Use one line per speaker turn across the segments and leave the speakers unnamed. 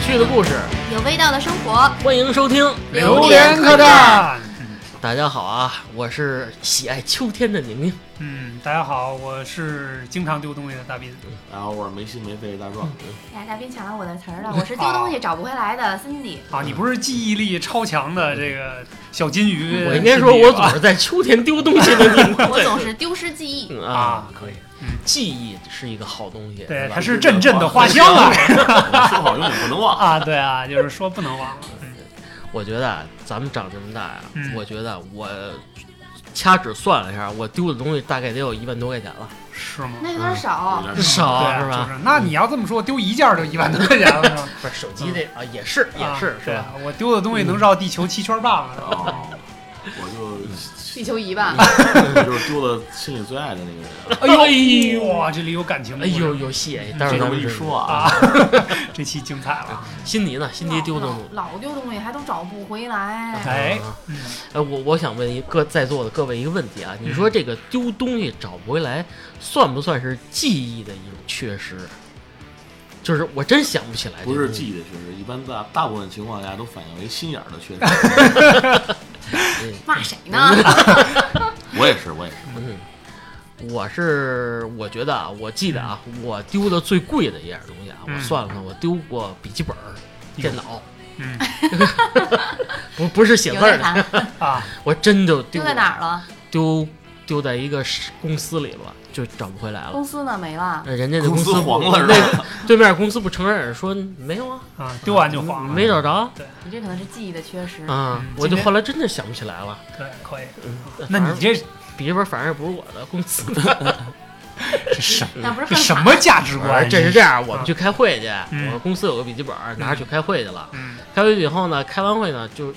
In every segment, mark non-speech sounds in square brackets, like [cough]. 趣的故事，
有味道的生活。
欢迎收听《
榴莲客栈》。
大家好啊，我是喜爱秋天的宁宁。
嗯，大家好，我是经常丢东西的大斌。
然后我是没心没肺的大壮。
哎呀，大斌抢了我的词儿了，我是丢东西找不回来的 Cindy。
啊，你不是记忆力超强的这个小金鱼？
我应该说，我总嗯是在秋天丢东西的宁宁。
我总是丢失记忆。
嗯
啊
啊，可以，记忆是一个好东西。
对，
吧
它是阵阵的花香啊！ [laughs]
说好永远不能
[laughs]
忘。
啊，对啊，就是说不能忘了。嗯
我觉得啊咱们长这么大呀
嗯，
我觉得我掐指算了一下，我丢的东西大概得有一万多块钱了，
是吗？
那有点少，
有点
少
对
啊
啊，
是吧？
就是那你要这么说，丢一件儿就一万多块钱了，是吧？
不是手机这啊，也是 [laughs] 也是
啊
是
对
吧？嗯
啊，我丢的东西能绕地球七圈半了，是吧
哦我就
地球仪吧。
我 [laughs] 就是丢了心里最爱的那个
[laughs]
人。啊
哎呦
哇，这里有感情故
哎
事，
呦，有戏！哎待会儿咱
这这
们
么一
是
说啊，
啊， [laughs] 这期精彩了。
辛迪呢？辛迪丢的东西。
老老丢东西，还都找不回来。
哎
啊，
嗯
哎，我我想问一各在座的各位一个问题啊，你说这个丢东西找不回来，算不算是记忆的一种缺失？就是我真想不起来，
不是
忆，
记忆的缺失，一般大大部分情况下都反映为心眼儿的
[laughs]
缺失。
骂谁呢？ [laughs]
我也是，我也是。
嗯，我是我觉得啊，我记得啊，我丢的最贵的一样东西啊，
嗯
我算了算，我丢过笔记本儿、电脑，
嗯
[laughs] 不不是写字
有
儿嗯
点
的，
惨。
啊，
我真就丢
丢在哪儿了？
丢丢在一个公司里了，就找不回来了。
公司呢？没了。
那人家的
公
公
司
不
黄了是吧
那个对面公司不承认，说没有啊，
啊，丢完就黄了。
没找着
你这可能是记忆的缺失。
啊
嗯，
我就
今天
后来真的想不起来了。
对，可以。那
反正
你这
笔记本反正也不是我的，公司
[laughs]
的。
这什
那不是
这
犯
什
法？
么价值观？
哎这是这样，我
啊
们去开会去，
嗯
我公司有个笔记本，拿着去开会去了。
嗯
开会以后呢，开完会呢就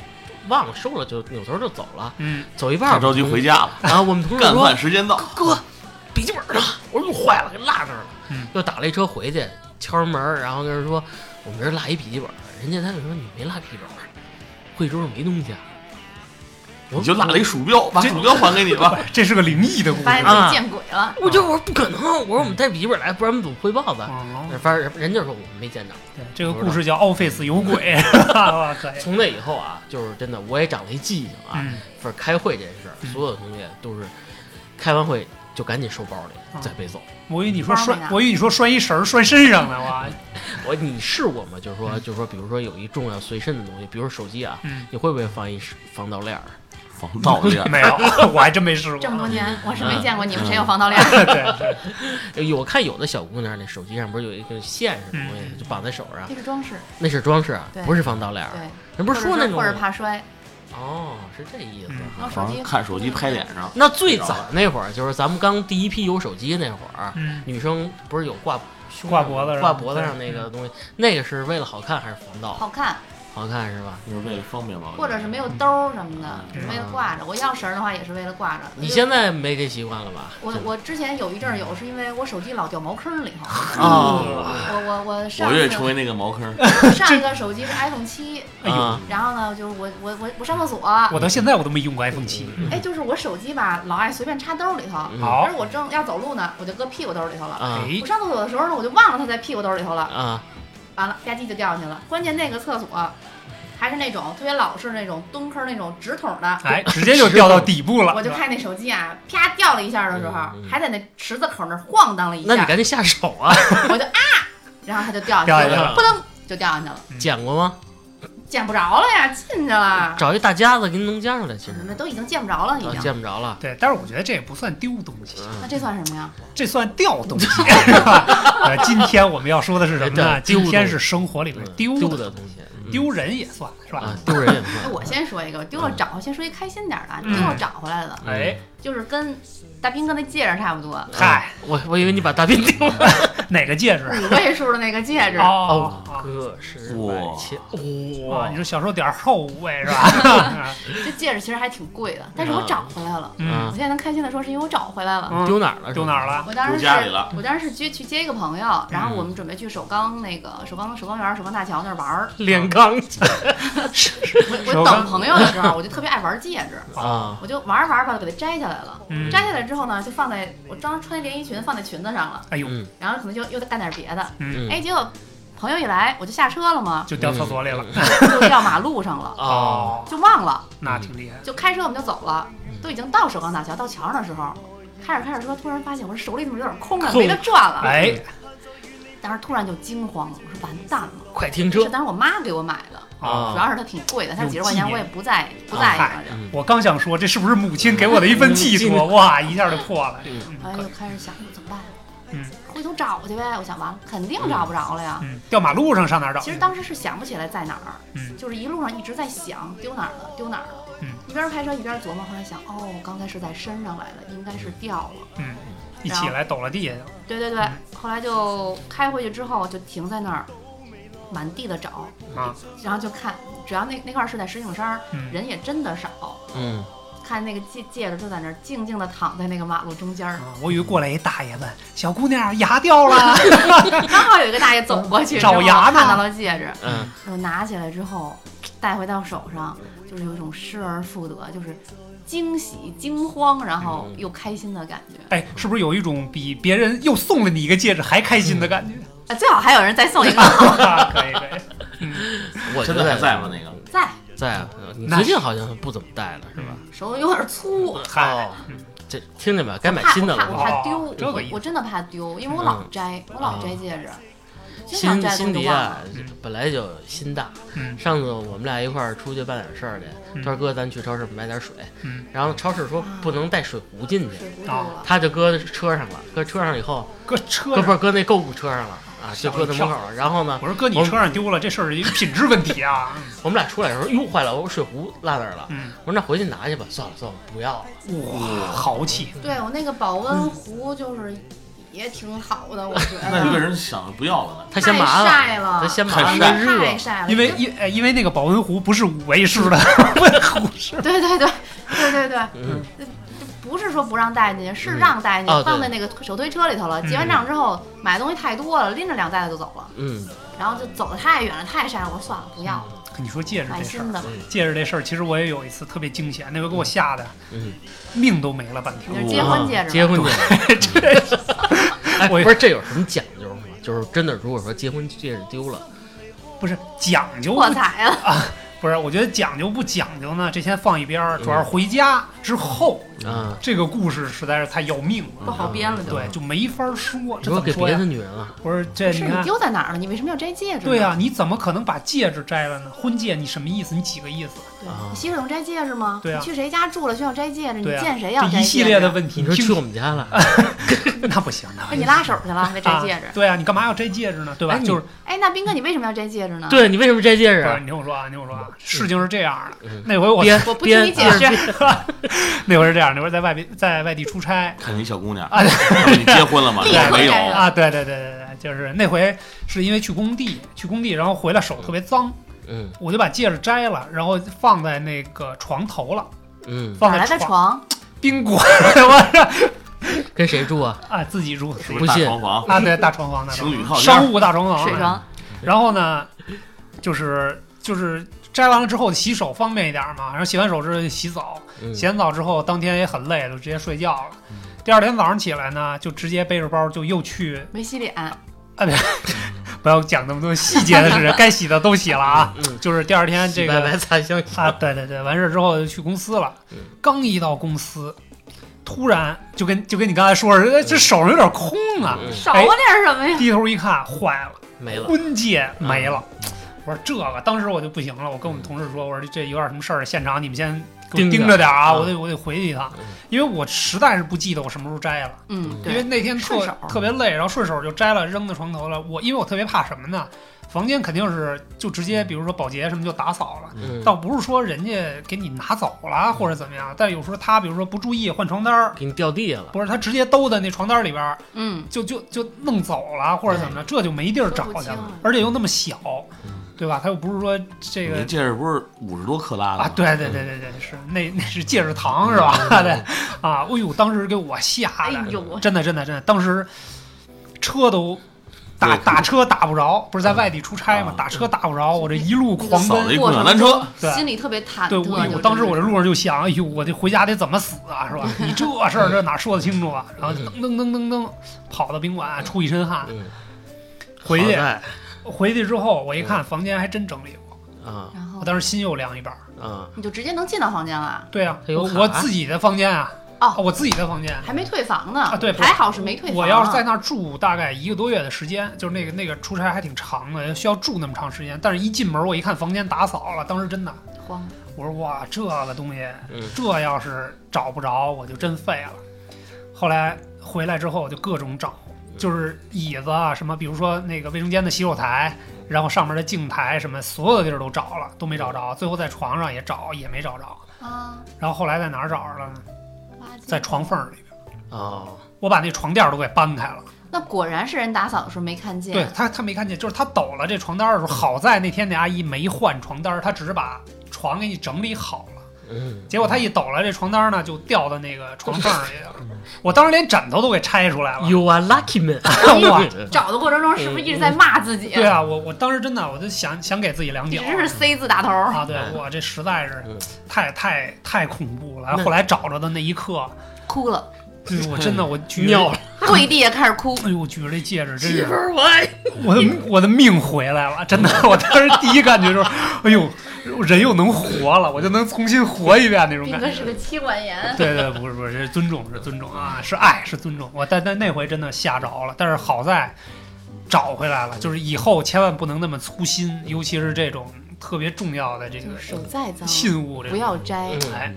忘了收了，就扭头就走了。
嗯，
走一半
太
儿，
着急回家了，
啊！我们同事
干
说
饭时间到。：“
哥，笔记本呢？”我说：“又坏了，给落那儿了。
嗯
又打了一车回去，敲门儿，然后跟人说：“我们这儿落一笔记本。”人家他就说：“你没落笔记本，贵州上没东西啊。”我
你就落了一鼠标，把
这
鼠标还给你吧。
这是个灵异的故事
发现
啊
自己见鬼了。
我就我说不可能，我说我们带笔记本来，不然我们怎么汇报的？
哦
反正人家说我们没见着。
对，这个故事叫《Office 有鬼》 [laughs] 哇，可以。
从那以后啊，就是真的我也长了一记性啊，
哎嗯，
不是开会这件事儿，
嗯
所有的东西都是开完会就赶紧收包里
啊
再背走。
我以为你说
包
拴
呢，
我以为你说拴一绳儿拴身上了哇。
我你试过吗？就是说，就是说，比如说有一重要随身的东西，比如说手机啊， [laughs]
嗯，
你会不会放一防盗链儿？
防盗链，
没有， [laughs] 我还真没试过。
这么多年，我是没
嗯
见过你们谁有防盗链。
[laughs] 对对，
有我看有的小姑娘那手机上不是有一个线似的东西，
嗯
就绑在手上
这，是装饰，
那是装饰啊
对，
不是防盗链儿。
对，
人不是说那种
或者怕摔，
哦，是这意思
嗯
哈。
然后手
好
机
像看手机拍脸上。
那最早那会儿，就是咱们刚第一批有手机那会儿，
嗯，
女生不是有挂胸
挂脖子上嗯
挂脖子上那
对
个东西，那个是为了好看还是防盗？
好看，
好看是吧？
就是为了方便嘛，
或者是没有兜儿什么的，
嗯
是为了挂着。我要绳儿的话也是为了挂着。
嗯
你现在没这习惯了吧？
我我之前有一阵儿有，是因为我手机老掉茅坑里
[laughs]
头。
啊，
我我我上
我也
一
成
个 [laughs]
为那个茅坑，
上一个手机是 iPhone 七，
哎呦
啊，
然后呢，就是我我我我上厕所，
我到现在我都没用过 iPhone 七。
哎，就是我手机吧，老爱随便插兜里头。
嗯
好
而，我正要走路呢，我就搁屁股兜里头了。
啊
哎
我，上厕所的时候呢，我就忘了它在屁股兜里头了。
啊，
完了吧唧就掉下去了。关键那个厕所还是那种特别老式那种蹲坑那种直筒的，
哎，直接就掉到底部了。
我就看那手机啊，啪掉了一下的时候
嗯，嗯
还在那池子口那儿晃荡了一
那你
下，
赶紧下手啊！
我就啊，然后它就掉
掉
下
下
去
去
了，
了
扑棱就掉下去了，
捡过吗？
见不着了呀，进去了，
找一大夹子给你能夹出来，其实
那都已经见不着了，已
啊
经。
见不着了。
对，但是我觉得这也不算丢东西，
那
嗯，
这算什么呀？
这算掉东西。是吧呃，今天我们要说的是什么
哎
呢？
对丢
今
东西
天是生活里面
嗯
丢
丢
的，
东西，嗯
丢人也算是吧
啊？，丢人也不
那
算。
[laughs] 我先说一个，丢了找，先说一开心点儿的，
嗯
丢了找回来了，
嗯
哎，
就是跟大兵刚才戒指差不多，
嗨， [laughs]
我我以为你把大便丢了。
哪个戒指？
五位数的那个
[laughs]
戒指，
哦，哦
个是
哇
千
哇，
哇
你说小时候点儿后五位是吧？
[laughs]
[laughs]
这戒指其实还挺贵的，但是我
嗯
找回来了。我
嗯
现在能开心的说，是因为我找回来了。
嗯
啊丢哪儿了？
丢哪儿？了？
我当时
丢
是
家里了
我当时是接去接一个朋友，然后我们准备去首钢那个首钢首钢园、首钢大桥那儿玩儿。
炼钢
我
首
我
钢
等朋友的时候，我就特别爱玩戒指，
啊！
我就玩儿玩儿吧，就给它摘下来了。
嗯
摘下来之后呢，就放在我当时穿连衣裙放在裙子上了，
哎呦，
嗯
然后可能就又再干点别的。
嗯
哎，结果。朋友一来，我就下车了嘛， [laughs]
就掉厕所里了。
嗯
就掉马路上了，
哦，
就忘了，
那挺厉害。
就开车我们就走了，
嗯
都已经到首钢大桥，到桥上的时候，开着开着车，突然发现我这手里怎么有点空啊，
空
没得转了，
哎，
嗯
当时突然就惊慌了，我说完蛋了，
快停
这
车
当时我妈给我买的，
啊
哦
主要是它挺贵的，它
有
几十块
纪
钱
念
我也不在不
啊
在意
嗨
了，就
我刚想说，这是不是母亲给我的一份寄
嗯
托？哇，一下就破了。嗯
后来
可
就哎开始想我怎么办，
嗯
回头找去呗，我想完了肯定找不着了呀。
嗯，掉马路上上哪儿找？
其实当时是想不起来在哪儿，
嗯
就是一路上一直在想丢哪儿了，丢哪儿了。
嗯
一边开车一边琢磨，后来想，哦，刚才是在山上来的，应该是掉了。
嗯，一起来抖了地下就。
对对对
嗯，
后来就开回去之后就停在那儿，满地的找，
啊，
然后就看，只要那那块儿是在石景山，
嗯
人也真的少。
嗯，
看那个戒戒指就在那儿静静的躺在那个马路中间儿，
啊我以为过来一大爷问小姑娘牙掉了，
[laughs]
[laughs]
刚好有一个大爷走过去，
找
然后
牙呢
看到了戒指，
嗯，
我拿起来之后，带回到手上，就是有一种失而复得，就是惊喜、惊慌，然后又开心的感觉。
哎，是不是有一种比别人又送了你一个戒指还开心的
[laughs]
感觉？
啊，最好还有人再送一
[laughs]
个，
啊可以可以，
哦我觉
现
得
在还在吗？
[laughs]
那个
在
在啊，你
那嗯
最近好像不怎么戴了是吧？
手有点粗，啊
嗨，
哦，
嗯
这听见没有？该买
怕
新的
我怕
了
我
吧。
怕
哦
丢，
这个意思
我真的怕丢，因为我老摘，我老摘戒指，经常
新
摘东
新
西
迪
忘
啊
了。，
本来就心大。
嗯
上次我们俩一块儿出去办点事儿去，他说哥，咱去超市买点水。
嗯，
然后超市说不
啊
能带水壶进去，
水壶丢
啊
了，
他就搁车上了，搁车上以后，
搁车
搁不
上，
是搁那购物车上了啊，就搁那门口了。然后呢
我，说搁你车上丢了，这事儿一个品质问题
[laughs]
啊。
我们俩出来的时候，哟坏了，我水壶落那儿了。
嗯，
我说那回去拿去吧，算了算了，不要了。
哇，豪气！
对我那个保温壶就是也挺好的，我觉
那你为
得。
什么想着不要了呢？
他嫌麻
太晒了啊
他嫌麻
太
烦，
晒
太热
太晒了，
因为
就
因哎因为那个保温壶不是五维式
[laughs]
的，温壶是
对对对对对对，
嗯，
不是说不让带进去，是
嗯
让带进去，
哦对
放在那个手推车里头了。
嗯
结完账之后，买东西太多了，拎着两袋子就走了，
嗯，
然后就走的太远了，太晒了，我说算了，不要了，
你说戒指
买
这嗯事儿
新，的吧。
嗯
戒指这事儿，其实我也有一次特别惊险，那回给我吓得，
嗯，
命都没了半条
你。是结婚戒指
啊
吧，
结婚戒指。
[laughs]
哎，
我
不是这有什么讲究吗？就是真的，如果说结婚戒指丢了，
不是讲究
破
不
财啊了，
不是，我觉得讲究不讲究呢，这先放一边儿。主要是回家之后，
啊，
这个故事实在是太要命了，
不好编了就。
嗯对，就没法说。这
如果
怎么
嗯给
说
别
呀
的？女人了，
我说这
是
你
你
看，
丢在哪儿了？你为什么要摘戒指？
对呀、
呀，
你怎么可能把戒指摘了呢？婚戒你什么意思？你几个意思？
对
啊
你媳妇儿能摘戒指吗？
对啊
你去谁家住了需要摘戒指？你
对啊
见谁要哎摘戒
这
指？
一系列的问题，
你说去
听
我们家
嗯
了，
[laughs] 那不行，那不
[laughs] 哎你
行。
拉手去了，还得摘戒指
啊。对啊，你干嘛要摘戒指呢？对吧？
哎你
就是
哎，那斌哥，你为什么要摘戒指呢？，
对你为什么摘戒指
不是
啊？
你听我说啊，你听我说啊，事情是这样的。
嗯
那回我
编
我不听
编
你解释，
那回是这样，那回在外边在外地出差，
看你小姑娘，
啊
你结婚了吗？
[laughs]
立刻
没有
摘
嗯
上
啊，对对对对对，就是那回是因为去工地，去工地，然后回来手特别脏，
嗯
我就把戒指摘了，然后放在那个床头了，
嗯，
放
哪来
在
的床？[laughs]
宾馆，我说
跟谁住啊？
啊自己住
是
自己
不
不
是大
信
床房、
啊，对大床房大
情
床
侣
房
套间
商务大床房，
水床？
然后呢，就是就是摘完了之后洗手方便一点嘛，然后洗完手之后就洗澡，
嗯
洗完澡之后当天也很累，就直接睡觉了。第二天早上起来呢，就直接背着包就又去
没洗脸，
哎不要讲那么多细节的
[laughs]
事，该洗的都洗了啊。
嗯，
就是第二天这
洗白
个
白擦香
啊，
香，
对对对，完事儿之后就去公司了
嗯。
刚一到公司，突然就跟就跟你刚才说似的，哎这手上有点空啊。
嗯
少我点什么呀？
低头一看，坏了，
没了，
婚戒没
啊
了。我说这个，当时我就不行了，我跟我们同事说，我说这有点什么事儿，现场你们先给我
嗯盯着
盯着点儿啊，
嗯
我得我得回去一趟
嗯，
因为我实在是不记得我什么时候摘了。
嗯，
因
对，
为那天特
顺手
特别累，然后顺手就摘了扔在床头了。我因为我特别怕什么呢？房间肯定是就直接，比如说保洁什么就打扫了，
嗯，
倒不是说人家给你拿走了或者怎么样，但有时候他比如说不注意换床单儿，
给你掉地下了，
不是他直接兜在那床单里边儿
嗯，
就就就弄走了或者怎么着，这就没地儿找
说不
去
清
了
了，
而且又那么小，对吧？他又不是说这
你
个
戒指不是五十多克拉的
啊，
吗？
对对对对对，是那那是戒指糖是吧？ [laughs] 对啊，哎呦，当时给我吓
哎
的，
呦，我
真的真的真的，当时车都打
对
打车打不着，不是在外地出差嘛，
啊
打车打不着，我这嗯一路狂
扫了
奔
一。
过
共享
程
单车，
对
心里特别忐忑。
对，我
就
我当时
是
我这路上就想，哎呦，我这回家得怎么死啊，是吧？你这事 [laughs] 儿这哪说得清楚嗯啊啊？然后就噔噔噔噔噔，跑到宾馆出一身汗，
嗯，
回去
好在
回去之后，我一
嗯
看房间还真整理过，
啊
然后
我当时心又凉一半儿。
啊，
你就直接能进到房间了，
对啊，
它有
我
卡
我自己的房间啊，
哦
我自己的房间。
还没退房呢。
啊对不是
还好是没退房。
我要是在那儿住大概一个多月的时间，就是那个那个出差还挺长的，需要住那么长时间。但是一进门我一看房间打扫了，当时真的，
慌，
我说哇，这个东西
嗯，
这要是找不着，我就真废了。后来回来之后，我就各种找，就是椅子啊什么，比如说那个卫生间的洗手台，然后上面的镜台什么，所有的地儿都找了，都没找着。最后在床上也找，也没找着。
啊，
然后后来在哪儿找着了呢？
垃圾
在床缝儿里边，
哦，
我把那床垫儿都给搬开了。
那果然是人打扫的时候没看见。
对他，他没看见，就是他抖了这床单儿的时候，好在那天那阿姨没换床单儿，她只是把床给你整理好了。
嗯，
结果他一抖了，这床单呢就掉到那个床缝儿里
嗯
了。我当时连枕头都给拆出来了。
，You are lucky [laughs] man，
我
找的过程中是不是一直在骂自己？
对啊，我我当时真的我就想想给自己两
一
脚
直是 C 字打头。
啊！对我这实在是
嗯
太太太恐怖了。
那
后来找着的那一刻，
哭了，
就
[laughs]
是我真的我举
尿
了，
跪地下开始
[laughs]
哭。
哎呦，我举着这戒指，真
媳妇
是
儿嗯我爱
我的我的命回来了，真的。 [laughs] 我当时第一感觉就是，哎呦，人又能活了，我就能重新活一遍那种
斌
感
哥
觉。
是个妻管严，
对对，不是不是，是尊重，是尊重啊，是爱，是尊重。我但但那回真的吓着了，但是好在找回来了。就是以后千万不能那么粗心，尤其是这种特别重要的这个
就是 [laughs] 手再脏
信物这
不
种。
要摘。
嗯
哎，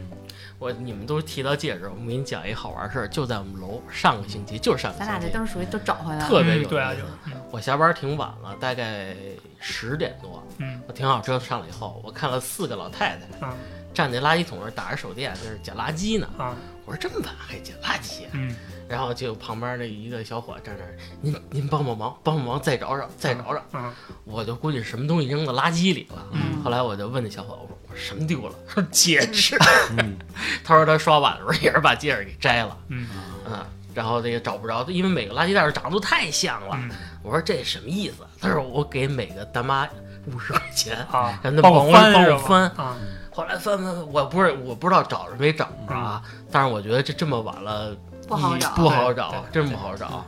我你们都提到戒指，我们给你讲一好玩事儿，就在我们楼上个星期，就是上个
咱俩这
星期
都，是属于都找回来了。
特别有意
嗯
思
对啊，就是嗯
我下班挺晚了，大概十点多，
嗯
我停好车上来以后，我看了四个老太太
啊
嗯
站在垃圾桶那儿打着手电，在那儿捡垃圾呢。
啊
我说这么晚还捡垃圾、啊？
嗯
然后就旁边的一个小伙站那儿，您您帮帮忙，帮帮忙，再找找，再找找。
啊
我就估计什么东西扔到垃圾里了。
嗯
后来我就问那小伙，我说我什么丢了？他说戒指。 [laughs]
[laughs]
嗯
他说他刷碗的时候也是把戒指给摘了，
嗯
嗯，然后这个找不着，因为每个垃圾袋儿长得都太像了。
嗯
我说这什么意思？他说我给每个大妈五十块钱。 [laughs]
啊，
让他
帮
帮我
翻
帮
是
我
吧
翻
啊，
后来翻翻，我不是我不知道找着没找着啊，但是我觉得这这么晚了，
不好
你
找
不好
对
找，
嗯对
真不好找。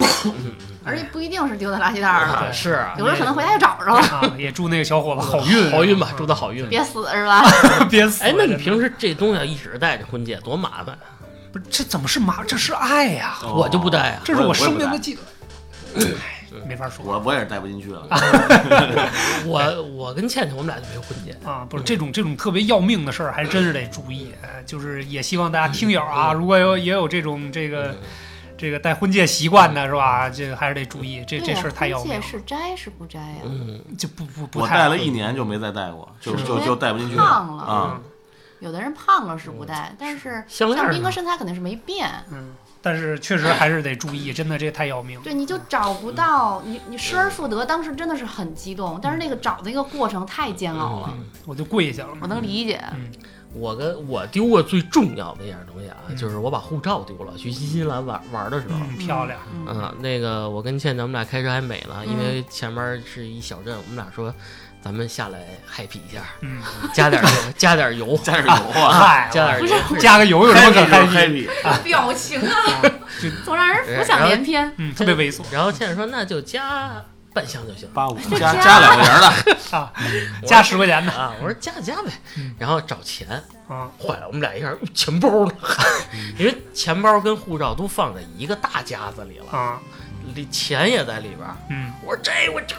而且不一定是丢在垃圾袋儿了，
啊 [laughs] 是啊，
有人可能回家就找着了，
啊，也祝那个小伙子好运
好运吧，
嗯
祝他好运吧。
别死是吧？
别死了。
哎，那你
真的
平时这东西要一直带着婚戒，多麻烦啊！
不是这怎么是麻？这是爱呀，
哦
我就不戴啊
这是
我也
生命
我也
的
不
寄托。哎，没法说。
戴我我也是戴不进去了。
啊
我我跟倩倩我们俩就没有婚戒。
啊，不是这种这种特别要命的事儿，还真是得注意。
嗯
呃就是也希望大家听友啊，如果有也有这种这
嗯
个这个戴婚戒习惯的是吧？这个还是得注意，这这事儿太要命
戒
了，
是摘是不摘呀？
嗯，
就不不不
我
太
戴了一年就没再戴过，就是就就戴不进去
胖了
嗯
啊。
有的人胖了是不戴，但是
嗯项链
像
儿
斌哥
呢
身材肯定是没变。
嗯，但是确实还是得注意，真的这太要命了。
对，你就找不到，你你失而
嗯
复得，当时真的是很激动，但是那个找的一个过程太煎熬了，
嗯我就跪下了
嗯
我
嘛。
能理解。
我跟我丢过最重要的一样东西啊，就是我把护照丢了，去新西兰玩玩的时候。
嗯，漂亮。
嗯，
嗯，那个我跟倩倩，我们俩开车还美呢，因为前面是一小镇，我们俩说，咱们下来 happy 一下，
嗯，
加点油，加点油，
加点
[laughs]
油啊，
嗨，
加点
不
油
是，
[laughs] 加个 [laughs] 油有什么可开心？
happy 就是
嗯
[laughs] 表情啊
就，
总让人浮想联翩。
嗯，特别猥琐
然后倩倩说那就加半箱就行
[laughs] happy，八五
就
加
加
加两个零的，
啊，加十块钱的
嗯啊，我说加加呗
嗯，
然后找钱，
啊，
坏了，我们俩一下哟钱包
[laughs]
呢，因为钱包跟护照都放在一个大夹子里了，
啊，
里钱也在里边儿。
嗯，
我说这我这，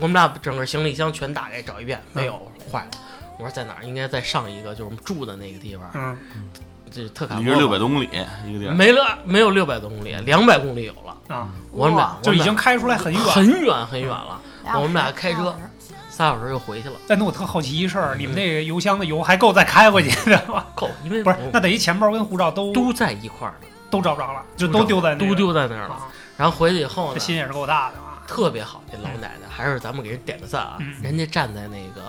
我们俩整个行李箱全打开找一遍，没有，
嗯
坏了。我说在哪儿？应该再上一个，就是我们住的那个地方，
嗯，
这特卡
一
波
个
吧
是六百多公里一个地儿，
没了，没有六百多公里，两百公里有了。
啊，
我们俩
哇
就已经
我
开出来很
们
远
俩
了。
很远很远了，
俩小时
我们俩开车，仨小时又回去了。
但那我特好奇一事
嗯
儿，你们那个油箱的油还够再开回去的吗？
够，因为
不是
我，
那等于钱包跟护照都
都在一块儿呢，
都找不着了，就都丢在那
嗯都
个
丢在那儿了。
啊，
然后回去以后
这
呢，
心也是够大的啊。
特别好，这老奶奶还是咱们给人点个赞啊
嗯！
人家站在那个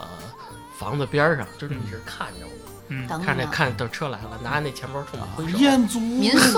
房子边儿上，就是一直看着我，
嗯
等
看着
等
看着车来了，拿那钱包冲
啊
我挥手。
哎
燕族
民宿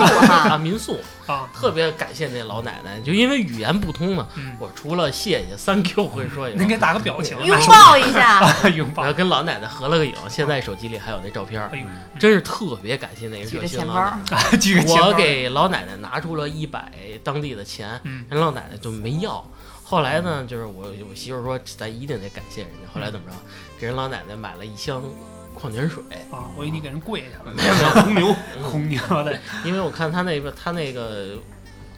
[laughs]
哈
啊，，民宿
啊，
特别感谢那老奶奶，就因为语言不通呢，
嗯，
我除了谢谢 thank you 会说以
应
外，
该打个表情，
拥抱一下，
[laughs]
拥
然
抱
后，跟老奶奶合了个影，现在手机里还有那照片儿
哎，呦，嗯
真是特别感谢那个
举
热
着
心
钱
老
包
奶奶。
儿，
[laughs] 举个钱包
我给老奶奶拿出了一百当地的钱，
嗯
人老奶奶就没要。后来呢，就是我我媳妇儿说，咱一定得感谢人家。后来怎么着，给人老奶奶买了一箱矿泉水，
啊！我以为你给人跪下了，
红牛，
[laughs] 红牛的
因为我看他那个他那个，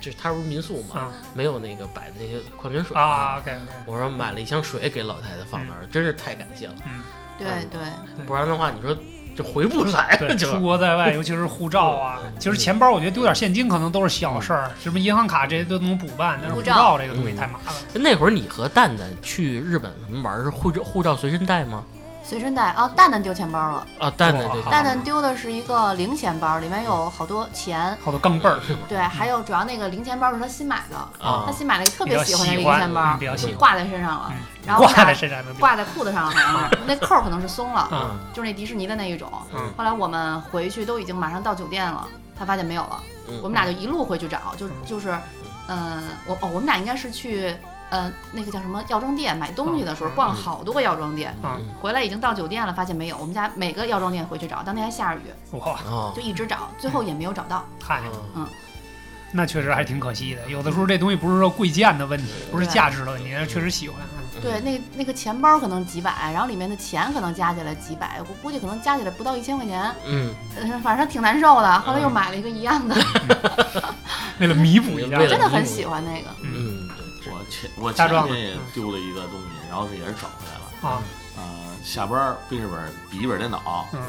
就是他不是民宿嘛，
啊
没有那个摆的那些矿泉水
啊！OK OK，
我说买了一箱水给老太太放那儿，真是太感谢了，
嗯，
对对，
不然的话，你说这回不来了
对，
就
出。国
[laughs]
在外，尤其是护照啊，
嗯
其实钱包我觉得丢点现金可能都是小事儿，什么银行卡这些都能补办，但是护
护
照
照
这个东西太麻烦了。
那会儿你和蛋蛋去日本什么玩儿是护照护照随身带吗？
随身带啊，蛋蛋丢钱包了，
啊，蛋蛋对，
啊
蛋蛋丢的是一个零钱包，里面有好多钱，
好多钢镚儿是吧？
对，还有主要那个零钱包是他新买的，
啊
他新买了一个特
比
别
较
喜欢的
喜
零
欢，
钱包
嗯比，较喜欢，
挂在身上了，然后
挂在
呢
身上的
挂在裤子上了，
[laughs]
好像是那扣儿可能是松了，
啊
就是那迪士尼的那一种。
嗯
后来我们回去都已经马上到酒店了，他发现没有了，
嗯
我们俩就一路回去找，就
嗯
就是，嗯、我哦，我们俩应该是去。呃，那个叫什么药妆店买东西的时候，
嗯
逛了好多个药妆店，
啊！
回来已经到酒店了，发现没有。我们家每个药妆店回去找，当天还下着雨，
哇，
啊
就一直找，最
嗯
后也没有找到。
嗨，
啊，
那确实还挺可惜的。有的时候这东西不是说贵贱的问题，不是价值的问题，但是确实喜欢。嗯
对，那那个钱包可能几百，然后里面的钱可能加起来几百，我估计可能加起来不到一千块钱，
嗯，
呃反正挺难受的。后来又买了一个一样的，
为了弥补一下，
为了
真的很喜欢那个。
嗯，
我前我
大
前
壮
两
呢
天也丢了一个东西，然后也是找回来了。
嗯啊，
呃，下班儿背着本笔记本电脑，
嗯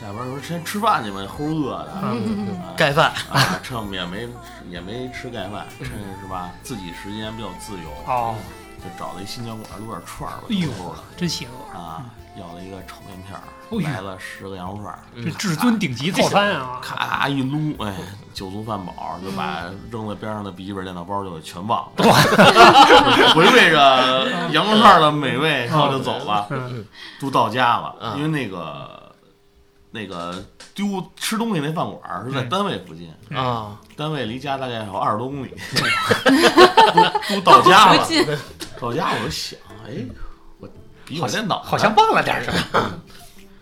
下班儿说先吃饭去吧，齁饿的。
嗯
[laughs]
啊
盖饭
啊，趁也没也没吃盖饭，趁是吧，自己时间比较自由，
哦，
就找了一新疆馆撸点串儿吧，
哎呦
齁的，
真邪恶，
啊，要了一个炒面片
哎呦
儿，来了十个羊肉串儿，
嗯
这至尊顶级套餐啊！
咔咔一撸，哎，酒足饭饱，就把扔在边上的笔记本电脑包就给全忘了，回味着羊肉串的美味，然后就走了，
嗯，
都到家了，
嗯
因为那个那个丢吃东西那饭馆儿是在
嗯
单位附近，
啊，
单位离家大概有二十多公里，都都到家了，到家我就想，哎，我笔记本电脑呢
好像忘了点什么。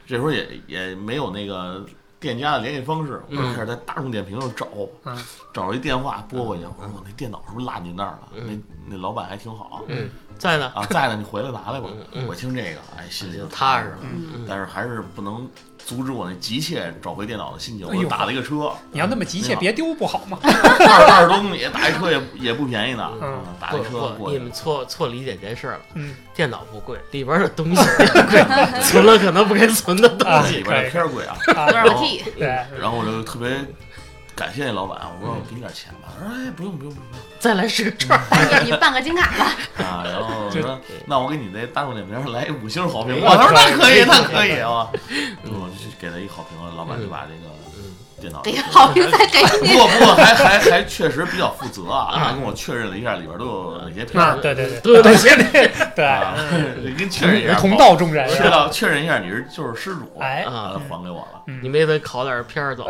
这时候也也没有那个店家的联系方式，我就
嗯
开始在大众点评上找，
嗯
找一电话拨过去，我说我那电脑是不是落你那儿了？
嗯
那那老板还挺好，
嗯，在呢，
啊在呢，你回来拿来吧。
嗯
我听这个，哎，心里就
踏实了，
但是还是不能阻止我那急切找回电脑的心情，
哎
我
呦
就打了一个车，
你要那么急切，别丢不好
[laughs]
吗？
[laughs] 二十二十多公里，打一车也也不便宜呢，
嗯
啊打一车
不
过
你
去
们。错错理解这事儿了。
嗯，
电脑不贵，里边的东
[laughs]
西贵，存了可能不该存的东
啊
西。
里边的片儿贵啊，
啊
多少个 T？
[laughs]
对，
然后我就特别感谢那老板，我说我给你点钱吧，他说哎不用不用不用，
再来是个串儿，
哎呀，你办个金卡吧。
啊，然后我
这
说那我给你那大众点评上来五星好评，
哇
我说那
可
可
以
以，那可以啊，我就给他一好评，老板就把这个电脑
得哎好评再给
不 [laughs]
你。
过不过还还还确实比较负责啊，还跟我确认了一下里边都有哪些片
啊，
儿，
对对对
对
对
对
对
啊
对，，
跟确认一下，
同道中人，啊
确认确认一下你是就是失主，
哎
啊，还给我了，
嗯
你没得烤点片儿走。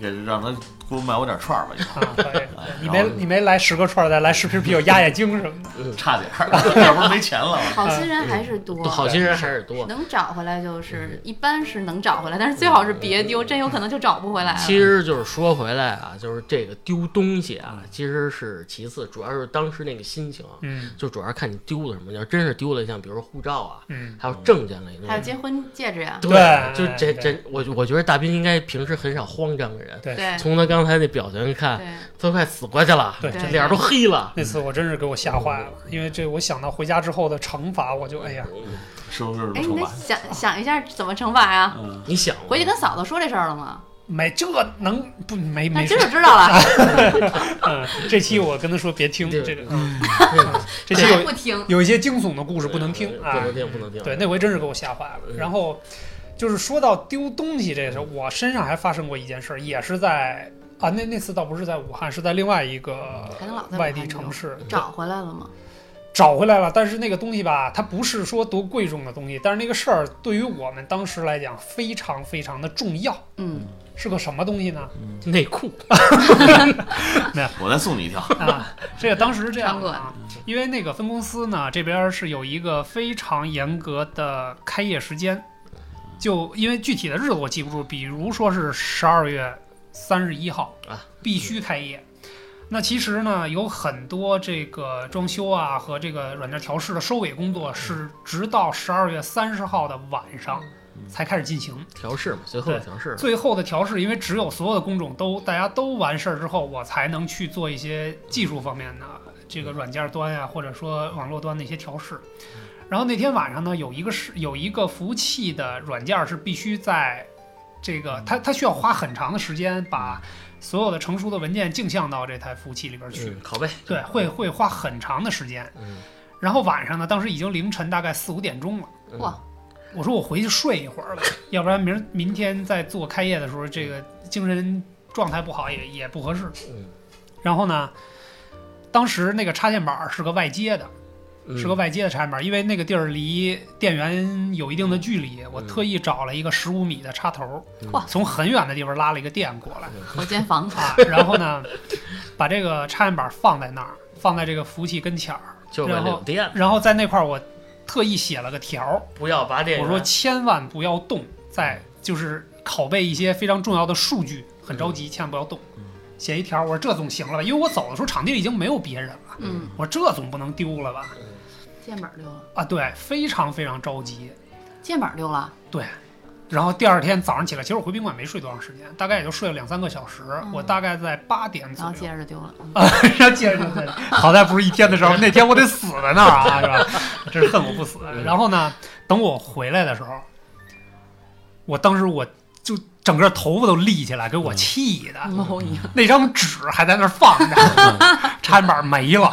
给让他给我买我点串儿吧，以后
啊，可
[laughs]
以。你没你没来十个串儿，再来十瓶啤酒压压惊什么的。
差点儿， [laughs] 要不然没钱了。
好心人还是多，
嗯好心人还是多。
能找回来就是一般是能找回来，但是最好是别丢，真有可能就找不回来了。
其实就是说回来啊，就是这个丢东西啊，其实是其次，主要是当时那个心情，
嗯
就主要是看你丢了什么。要真是丢了，像比如说护照啊，
嗯，
还有证件类的东西，
还有结婚戒指呀，
对
就这
对
这，我我觉得大兵应该平时很少慌张的人，
对
对
从他刚才那表情看，
哎对，
都快死过去了，
对
这
对
脸都黑了。
那次我真是给我吓坏了，因为这我想到回家之后的惩罚，我就哎呀，
是不是
哎，
充
你得
满？
想想一下怎么惩罚呀？
嗯，
你想过吗，啊
回去跟嫂子说这事儿了吗？
没这能不没
那
没
这就知道了，
嗯，这期我跟他说别听这个，嗯这期
嗯还
有
不听。
有一些惊悚的故事不能听
不
啊
能。听，不能听。
对，那回真是给我吓坏了。
嗯
然后就是说到丢东西这事儿，我身上还发生过一件事儿，也是在啊，那那次倒不是在武汉，是在另外一个
还能老在武汉
外地城市
找回来了吗？嗯
找回来了。但是那个东西吧，它不是说多贵重的东西，但是那个事儿对于我们当时来讲非常非常的重要。
嗯，
是个什么东西呢？
内裤，
我再送你一条。
[laughs] 啊，这个当时是这样
穿
的
过
啊，因为那个分公司呢这边是有一个非常严格的开业时间，就因为具体的日子我记不住，比如说是十二月三十一号
啊，
必须开业。那其实呢，有很多这个装修啊和这个软件调试的收尾工作是直到十二月三十号的晚上
嗯
才开始进行。
调试嘛，最后的调试。
最后的调试，因为只有所有的工种都大家都完事儿之后，我才能去做一些技术方面的这个软件端呀、或者说网络端的一些调试。然后那天晚上呢，有一个是有一个服务器的软件是必须在这个它它需要花很长的时间把所有的成熟的文件镜像到这台服务器里边去，
嗯，拷贝。
对，会会花很长的时间。
嗯，
然后晚上呢，当时已经凌晨大概四五点钟了。
嗯
哇，
我说我回去睡一会儿吧，要不然明儿明天再做开业的时候，这个精神状态不好也也不合适。
嗯
然后呢，当时那个插线板儿是个外接的，
嗯
是个外接的插线板儿，因为那个地儿离电源有一定的距离，我特意找了一个十五米的插头儿
嗯，
哇
从很远的地方拉了一个电过来。
我间房子，
啊，然后呢，把这个插线板放在那儿，放在这个服务器跟前儿，
就为领电，
然后在那块儿我特意写了个条儿，
不要拔电源。
我说千万不要动，在就是拷贝一些非常重要的数据，很着急，千万不要动
嗯。
写一条，我说这总行了吧？因为我走的时候场地里已经没有别人了，
嗯，
我说这总不能丢了吧？
键板丢了，
啊，对，非常非常着急。
键板丢了，
然后第二天早上起来，其实我回宾馆没睡多长时间，大概也就睡了两三个小时。
嗯
我大概在八点
然
左
后
右，
接着丢了，嗯
然后接着就在那儿好在不是一天的时候，那天我得死在那儿啊，是吧？真是恨我不死。然后呢，等我回来的时候，我当时我就整个头发都立起来，给我气的，
猫一
那张纸还在那儿放着，插线板没了。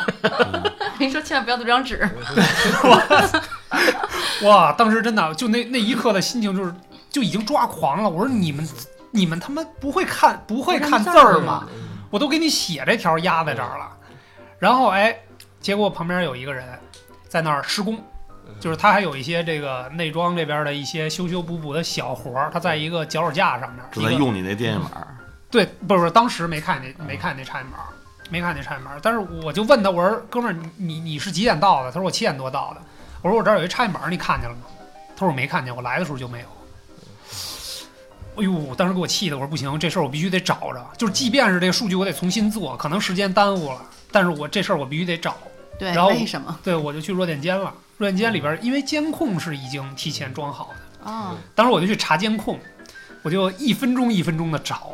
样， [laughs] 说千万不要丢这张纸，
哇，当时真的就那那一刻的心情就是就已经抓狂了。我说你们你们他妈不会看不会看字儿啊吗？
嗯
我都给你写这条压在这儿了。然后哎，结果旁边有一个人在那儿施工，就是他还有一些这个内装这边的一些修修补补的小活儿，他在一个脚手架上面，
正在
一个
用你那电线板儿，
对，不是不是，当时没看那没看那插线板儿，没看那插线板儿。但是我就问他，我说哥们儿，你你你是几点到的？他说我七点多到的。我说我这儿有一插线板儿，你看见了吗？他说我没看见，我来的时候就没有。哎呦，当时给我气的，我说不行，这事儿我必须得找着。就是即便是这个数据我得重新做，可能时间耽误了，但是我这事儿我必须得找。
对
然，后
为什么
[laughs] 对，我就去弱电监了。弱电监里边儿，因为监控是已经提前装好的。
啊？
当时我就去查监控，我就一分钟一分钟的找，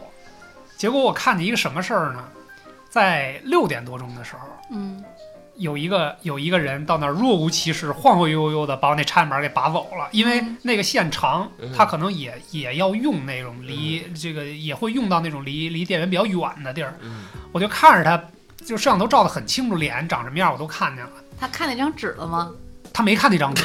结果我看见一个什么事儿呢？在六点多钟的时候，
嗯，
有一个有一个人到那儿若无其事、晃晃悠悠的把我那插线板给拔走了，因为
嗯
那个线长
嗯，
他可能也也要用那种离
嗯
这个也会用到那种离离电源比较远的地儿， [laughs]
嗯
我就看着他，就摄像头照得很清楚，脸长什么样我都看见了。
他看那张纸了吗？
他没看那张纸，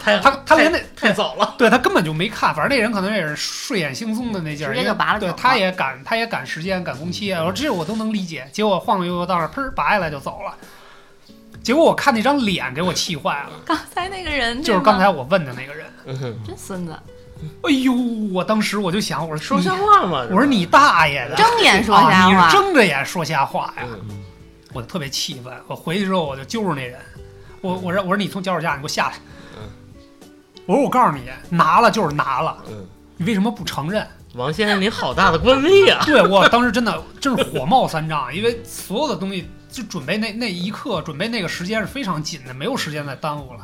太
他他
[laughs]
连那
太早了，
对他根本就没看，反正那人可能也是睡眼惺忪的那劲儿，
直接就拔了
对，
走了
他也赶，他也赶时间，赶工期啊。我说这我都能理解。结果晃晃悠悠到那儿，砰拔下来就走了。结果我看那张脸给我气坏了，
刚才那个人
就是刚才我问的那个人。
嗯哼
真孙子，
哎呦，我当时我就想，我
说
说你
瞎，话嘛。
我说你大爷的，
睁眼说瞎
啊你
话
是，睁着眼说瞎话呀！
嗯，
我就特别气愤，我回去之后我就揪着那人，我我说我说你从脚手架你给我下来
嗯，
我说我告诉你，拿了就是拿了，
嗯，
你为什么不承认？
王先生，你好大的官威
[laughs]
啊！
对我当时真的真是火冒三丈，因为所有的东西就准备那那一刻，准备那个时间是非常紧的，没有时间再耽误了。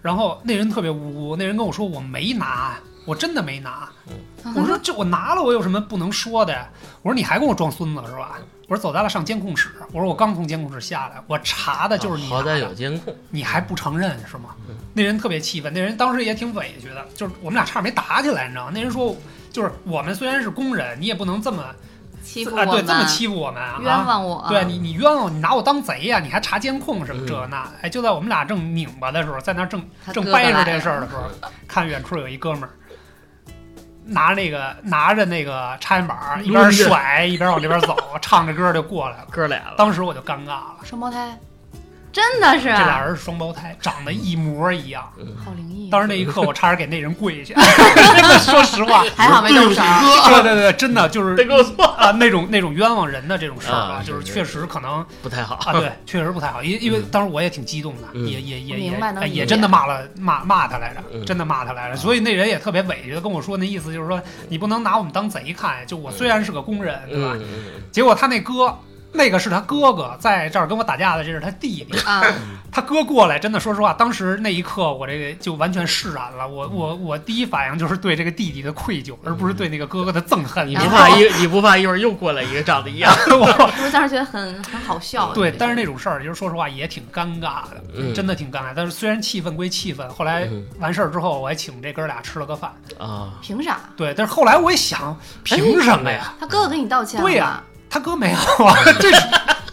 然后那人特别无辜，那人跟我说我没拿，我真的没拿。
嗯
我说这我拿了，我有什么不能说的呀？我说你还跟我装孙子是吧？我说走，咱俩上监控室。我说我刚从监控室下来，我查的就是你拿
啊
啊
好
的
歹有嗯监控，
你还不承认是吗？那人特别气愤，那人当时也挺委屈的，就是我们俩差点没打起来，你知道吗？那人说，就是我们虽然是工人，你也不能这么
[laughs] 欺负
啊，
我
对，
们，
这么欺负我们啊，
冤枉我，
对你，你冤枉我，你拿我当贼呀、你还查监控什么
嗯
这那的？哎，就在我们俩正拧巴的时候，在那正
他
正
哥哥
掰扯
来
这
了
事儿的时候，看远处有一哥们儿拿那个拿着那个插线板儿，一边
抡着
甩一边往这边走，唱着歌就过来了。
哥俩了，
当时我就尴尬了，
双胞胎，真的是啊
这俩人是双胞胎，长得一模一样。
嗯
[laughs]
好灵异。啊
当时那一刻，我差点给那人
[laughs]
跪下，真的，说实话，
还好没
对
动
不起
手，
哥，
对对对，真的就是
得给我做，
啊，那种那种冤枉人的这种事儿啊
啊，
就是
是
确实可能
不太好
啊，
[laughs]
对，确实不太好，因因为
嗯
当时我也挺激动的，
嗯
也也也
明
也
白能
哎
理
也
解
真的骂了骂骂他来着，
嗯
真的骂他来着，所以那人也特别委屈的跟我说，那意思就是说你不能拿我们当贼看，就我虽然是个工人，对吧？
嗯嗯
结果他那哥那个是他哥哥在这儿跟我打架的，这是他弟弟。
啊， [laughs]
他哥过来，真的，说实话，当时那一刻我这个就完全释然了。
嗯
我我我第一反应就是对这个弟弟的愧疚，而不是对那个哥哥的憎恨。
你
知
不
道
怕
吗
一你不怕一会儿又过来一个长得
[laughs]
一样？
我
我当时觉得很很好笑。这
对，
啊个
但是那种事儿，就是说实话也挺尴尬的，
嗯
真的挺尴尬。但是虽然气愤归气愤，后来
嗯
完事儿之后，我还请这哥俩吃了个饭。
啊，
凭啥？
对，但是后来我一想，凭什么呀？
他哥哥给你道歉
对呀
呀，
他哥没有啊，这是
[laughs]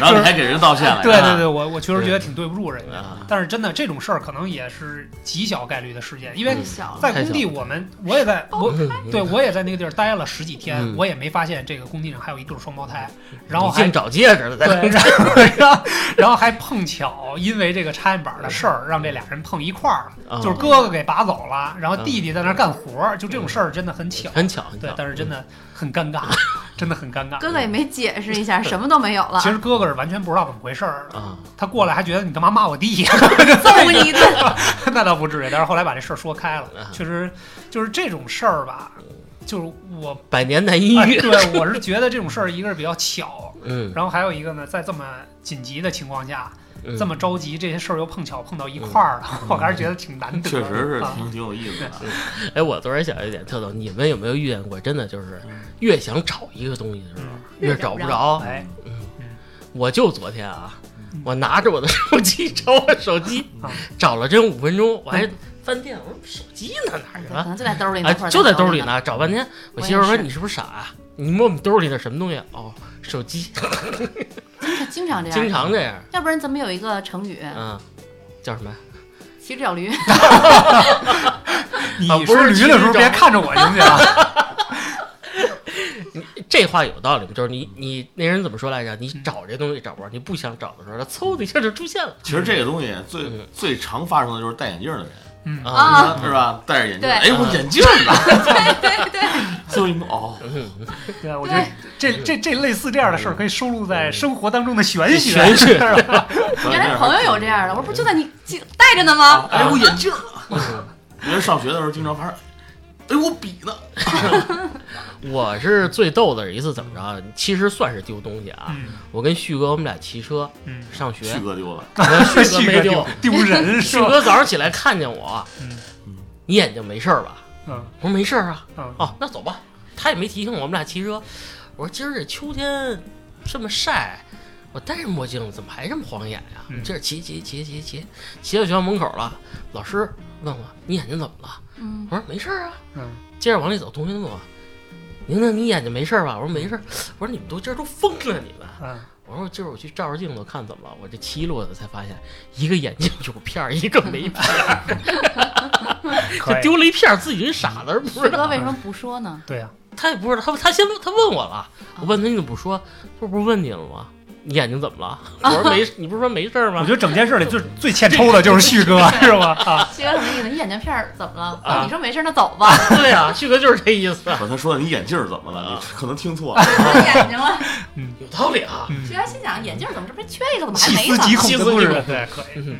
然后你还给人道歉来着，
[laughs] 对对对，我我确实觉得挺对不住人家。
啊，
但是真的这种事儿可能也是极小概率的事件，因为
嗯太小了。
在工地我们我也在我对我也在那个地儿待了十几天，
嗯
我也没发现这个工地上还有一对双胞胎，然后
你
还
净找戒指了，在 [laughs]
对，然后然后然后还碰巧因为这个插线板的事儿，让这俩人碰一块儿了，
啊
[laughs] 就是哥哥给拔走了，然后
嗯
弟弟在那儿干活儿，就这种事儿真的很巧，
很巧，很
对
巧，嗯
但是真的很尴尬，真的很尴尬。
哥哥也没解释一下，什么都没有了
其，实哥哥是完全不知道怎么回事儿的，
啊，
他过来还觉得你干嘛骂我弟呀？ [laughs]
揍你
[laughs]
一顿。
那倒不至于，但是后来把这事儿说开了
啊，
确实就是这种事儿吧，就是我
百年难 [laughs] 一
哎
遇。
对，我是觉得这种事儿，一个是比较巧，
嗯，
然后还有一个呢，在这么紧急的情况下，
嗯
这么着急，这些事儿又碰巧碰到一块儿了，我还是觉得挺难得的。
确实是
啊
挺挺有意思的。
哎，我昨儿想一点特逗，你们有没有遇见过？真的就是越想找一个东西的时候
嗯，
越找不着。
哎，
我就昨天啊
嗯，
我拿着我的手机 [laughs] 找我手机
啊，嗯
找了真五分钟，我还翻店，我说手机呢哪儿去
可
了？
能就在兜里
哎
那会，儿，
就在兜里。呢，找半天。我
我
媳妇儿说
也是
你是不是傻啊？你摸我们兜里那什么东西？哦，手机，
经常这样，
经常这样。
要不然咱们有一个成语
嗯，叫什么呀？
“骑着
[laughs]
小驴
你
啊不
说
是
驴的时候别看着我行不
[laughs]
行啊？
这话有道理吗？就是你你那人怎么说来着？你找这东西找不着，你不想找的时候，它嗖的一下就出现了
[laughs] 其实这个东西最
嗯
最常发生的就是戴眼镜的人，
嗯，
啊！
啊
是吧？戴着眼镜，
对
哎，我眼镜呢？”， [laughs]
[laughs]
对对，
最后一摸，哦，
对，啊我觉得
对
这这这类似这样的事儿可以收录在生活当中的玄学。
玄学
是吧
戴
原
眼
来
镜
朋友有这样的，
嗯
我说不就在你系带着呢吗？
啊
哎，我眼镜呢？
嗯
原来上学的时候经常发生，哎，我笔呢？
我是最逗的一次怎么着？其实算是丢东西啊！
嗯
我跟旭哥我们俩骑车 [laughs]
嗯，
上
旭
学，
哥丢了，
旭哥
旭
没
哥
丢
丢，丢人是
[laughs] 旭
吧？
哥早上起来看见我
嗯，
你眼睛没事儿吧？
嗯
我说没事儿啊。
嗯
哦，那走吧。他也没提醒我，我们俩骑车。我说今儿这秋天这么晒，我戴着墨镜怎么还这么晃眼呀、
嗯
接着骑骑骑骑骑，骑到学校门口了。老师问我你眼睛怎么了？
嗯，
我说没事儿啊。
嗯，
接着往里走，同学问我宁宁你眼睛没事儿吧？我说没事儿。我说你们都今儿都疯了你们。
嗯，
我说今儿我去照照镜子看怎么了。我这骑一路的才发现一个眼睛有片 [laughs] 儿，一个
[laughs]
没片儿，
可
就
以。
丢了一片儿，自己是傻子而不
师
知道
哥。为什么不说呢？
对呀，
他也不知道，他他先问他问我了，我问他你怎么不说？他说不是问你了吗？你眼睛怎么了？我说没，你不是说没事儿
我
吗
觉？得整件事里最最欠抽的就是旭哥，是吧？
[laughs]
啊，
西哥什么意思？你眼镜片儿怎么了？
啊
哦，你说没事，那走吧。
[laughs] 对呀、旭哥就是这意思，
我他说你眼镜怎么
啊
了？你可能听错了。
眼睛了，
有道理啊。
嗯
学员心想眼镜怎么这不是缺一个，怎么还
细
没
思极
呢？
恐
细
的
思
故
极
事
恐，
对，可以。嗯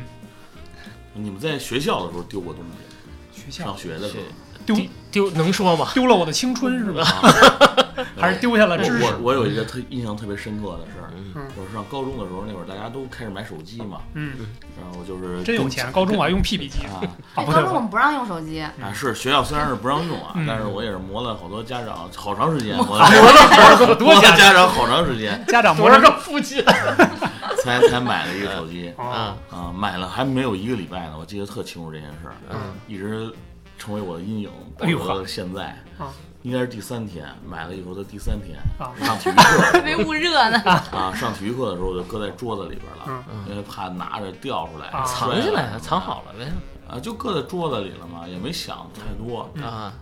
你们在学校的时候丢过东西？
学
上
校
学的时候
丢
丢能说吗？
丢了我的青春是吧？
啊，
[laughs] 还是丢下了知
我
识
我？我有一个特印象特别深刻的事儿，
嗯
嗯
就是上高中的时候，那会儿大家都开始买手机嘛，
嗯，
然后就是
真有钱，高中我还用 PB 机。啊，
啊
哎
不
高
对，
中我们不让用手机，
啊！是学校虽然是不让用啊，
嗯
但是我也是磨了好多家长，好长时间磨了磨了
好多家长
家长好长时间
家长
多
磨
少
成
个父亲
才才买了一个手机
啊
啊，？
啊，买了还没有一个礼拜呢，我记得特清楚这件事儿，
嗯
一直成为我的阴影，保
哎呦
留到现在
啊。
应该是第三天买了以后的第三天
啊
上体育课
还没捂热呢。
啊，上体育课的时候我就搁在桌子里边了，
嗯
因为怕拿着掉出来，
啊
藏起来
摔了
啊，藏好了呗
啊，就搁在桌子里了嘛，也没想太多。
嗯
啊，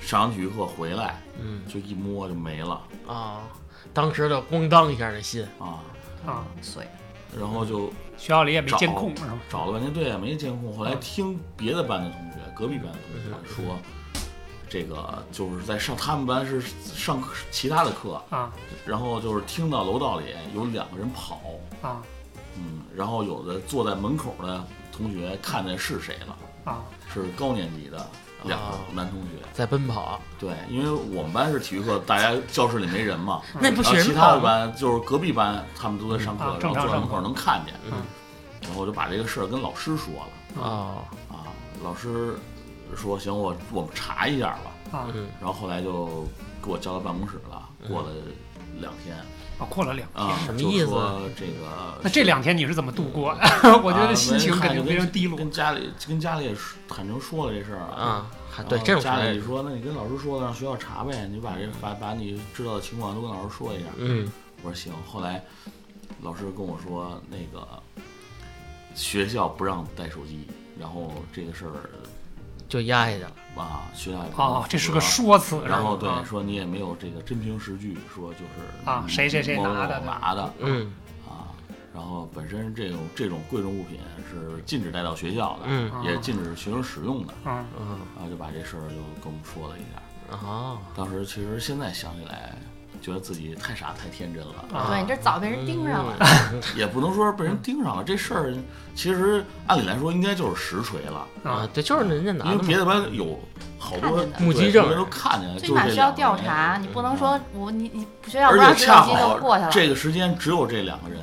上完体育课回来
嗯
就一摸就没了
啊，当时就咣当一下这心，
啊，
啊，
碎了，
然后就
学校里也没监控是吧？
找了半天，对啊，没监控。后来听别的班的同学，隔壁班的同学说，这个就是在上他们班是上课其他的课，
啊
然后就是听到楼道里有两个人跑，
啊
嗯，然后有的坐在门口的同学看见是谁了，
啊
是高年级的，两个
哦
啊
男同学。
在奔跑，
对，因为我们班是体育课，大家教室里没
[laughs]
人嘛，
那不
然后
学
啊其
生
他的
跑吗？
班就是隔壁班，他们都在上课，
啊
然
正常
后坐在
上
门口
课
能看见，
嗯
然后我就把这个事儿跟老师说了
哦，
啊，老师说行，我我们查一下吧，
啊
嗯
然后后来就给我叫到办公室了，
嗯
过了两天
啊，过了两。
啊，
什么
就
意思
说这个
那这两天你是怎么度过？ [laughs] 我觉得心情肯定非常低落
啊没跟家里跟家里也说坦诚说了这事儿
啊，还
然后
对这种事
哦家里
儿，
说，那你跟老师说，让学校查呗，你把这把把你知道的情况都跟老师说一下。
嗯
我说行。后来老师跟我说，那个学校不让带手机，然后这个事儿
就压下去了。
啊，学校也不让
啊，这是个
负责
说辞。啊
然后
是
对
吧
说你也没有这个真凭实据，说就是
啊谁谁谁
某某
拿的
某拿的
嗯
啊。然后本身这种这种贵重物品是禁止带到学校的，
嗯
也禁止学生使用的，
啊
嗯
然后就把这事儿就跟我们说了一下。
哦，
当时其实现在想起来，觉得自己太傻太天真了，
啊
对你这早被人盯上了，
嗯
也不能说被人盯上了。这事儿其实按理来说应该就是实锤了，
[laughs] 啊
啊，
对，就是人家拿
因为
的
别
嘛。
的班有好多
看见的
目击
对
证人
别人都看见了，
最
就
起
是
码
这
需要
两个
调
人啊嗯
查，你不能说我你你学校不
而
让
且
直
恰
升机就过去
好
了，
这个时间只有这两个人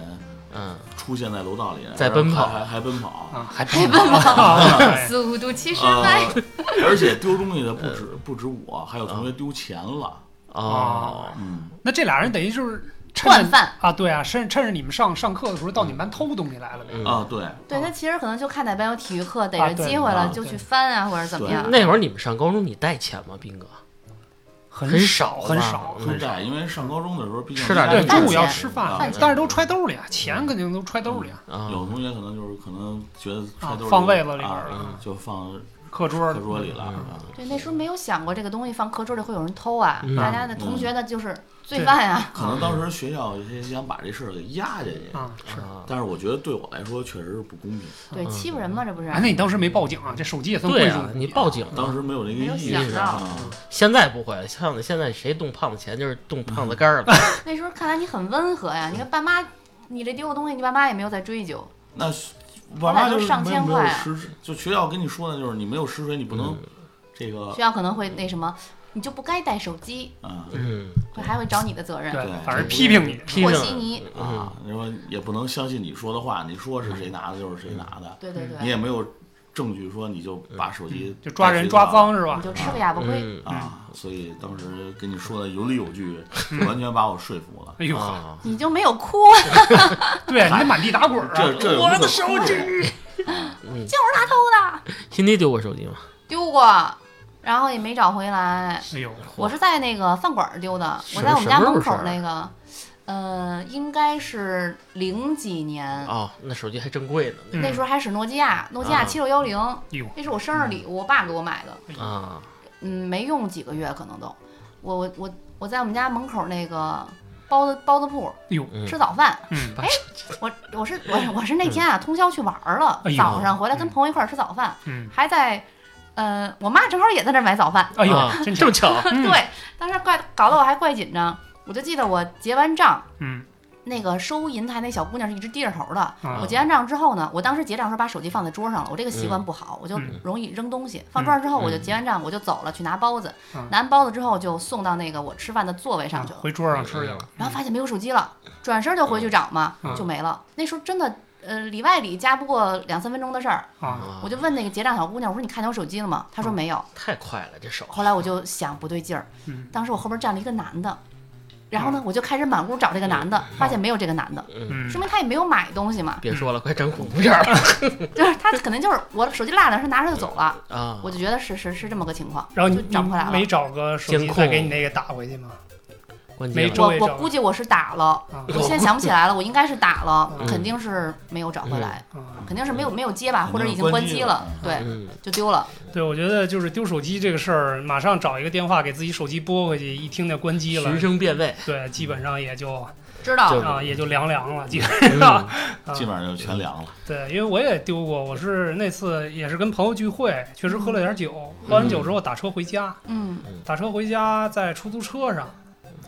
嗯，
出现在楼道里，
在
然后
奔跑
还还还奔跑。
啊，还奔跑，
[laughs]
速度七十迈
呃，而且丢东西的不止
嗯
不止我，还有同学丢钱了。
哦，
嗯，
那这俩人等于就是趁
惯犯。
啊，对啊，趁趁着你们上上课的时候到你们班偷东西来了呗。
嗯
啊，对，
对他其实可能就看哪班有体育课，逮
啊
着
对
机会
啊
了就
对
去翻啊，或者怎么样。
那会儿你们上高中，你带钱吗，斌哥？
很
少
很
吧
少，
嗯
很窄，因为上高中的时候毕竟
吃点
离家
对，
饭
近
中午要
钱
吃
啊
饭
饭，
但是都揣兜里啊，钱肯定都揣兜里啊。
啊，
有同学可能就是可能觉得揣兜里
啊放位子里边
啊
儿了嗯
就放
嗯
课桌
课
里
桌里了。
对，那时候没有想过这个东西放课桌里会有人偷啊，
嗯
大家的
嗯
同学的就是罪犯啊。
可能当时学校也想把这事儿给压下去，
啊，是。
啊，
但是我觉得对我来说确实是不公平。
对，欺负人嘛，这不是？
嗯
哎，那你当时没报警啊？这手机也算
对
贵
啊
重，
你报警
当时没有这个
没有
意
想
识
到
啊。
现在不会了，像现在谁动胖子钱就是动胖子肝儿了。
那时候看来你很温和呀，你看爸妈，你这丢个东西，你爸妈也没有再追究。
那爸妈就是
后来都上
没有
千
没有
块啊
实，就学校跟你说的就是你没有实锤，你不能
嗯
这个
学校可能会那什么，你就不该带手机，
啊
嗯，
会还会找你的责任。
对
对，
反正批评你。
批
嗯和
评
稀泥，
嗯
啊，你说也不能相信你说的话，你说是谁拿的就是谁拿的，
对对
嗯你
对，
也没有证据说你就把手机
嗯就抓人抓脏是吧 [laughs]
你？就吃个哑巴亏。
嗯
啊，所以当时跟你说的有理有据，完全把我说
[laughs]
服了。
哎呦，
啊，
你就没有哭，
对啊，你得满地打滚儿
这
啊！
这有
我
什么
的
可
手
哭的
机辛迪丢过手机吗？
丢过，然后也没找回来。
哎呦，
我是在那个饭馆儿丢的，
什
我在我们家
什么时候
门
事
口
儿
那个，呃，应该是零几
啊
年，
哦，那手机还真贵呢。
嗯
那时候还使诺基亚，诺基亚
啊
七六幺零，
哟
那是我生日礼物，我爸给我买的，
哎
啊，
嗯，没用几个月可能都。我我我我在我们家门口那个包子包子铺
哟，
嗯
吃早饭，
嗯，
我我是我是我是那天啊通宵去玩儿了
哎，呦
早上回来跟朋友一块儿吃早饭，
嗯，
还在，呃，我妈正好也在这儿买早饭，
哎呦，
啊
真
这
巧
么，巧，
嗯
对，当时怪搞得我还怪紧张，我就记得我结完账。
嗯
那个收银台那小姑娘是一直低着头的。
啊
我结完账之后呢，我当时结账的时候把手机放在桌上了，我这个习惯不好，我就
嗯
容易扔东西。放桌上之后，
嗯
我就结完账，我就走了去拿包子
嗯。
拿完包子之后，就送到那个我吃饭的座位上去了。
回桌上吃去了。
然后发现没有手机了，转身就回去找嘛
嗯，
就没了。那时候真的，呃，里外里加不过两三分钟的事儿。
啊，
哦
我就问那个结账小姑娘，我说你看见我手机了吗？她说没有。
太快了，这手
后来我就想不对劲儿
嗯，
当时我后边站了一个男的，然后呢，我就开始满屋找这个男的，发现没有这个男的。
嗯
说明他也没有买东
[laughs]
西嘛，
别说了，快整恐怖片儿了
就是他可能就是我手机落那儿，他拿着就走了，
嗯
啊！
我就觉得是是是这么个情况，
然后你
就找不回来
你没
了。
找个手机
监控
再给你那个打回去吗？
关
没
机了
周
我
围找
我估计我是打
[laughs]
了，
[laughs]
啊
我现在想不起来了，我应该是打了
嗯，
肯定是没有找回来，
啊，
肯定是没有没有接吧，
肯定
或者已经关机了，
关
对，
嗯，
就丢了。
对，我觉得就是丢手机这个事儿，马上找一个电话给自己手机拨回去，一听见关机了
循，声辨位，
对，基本上也就
知道
就
了
啊也就凉凉了，基本
嗯
啊
基本上就全凉了。
对，因为我也丢过，我是那次也是跟朋友聚会，确实喝了点酒，喝完酒之后打车回家，
嗯，
打车回家在出租车上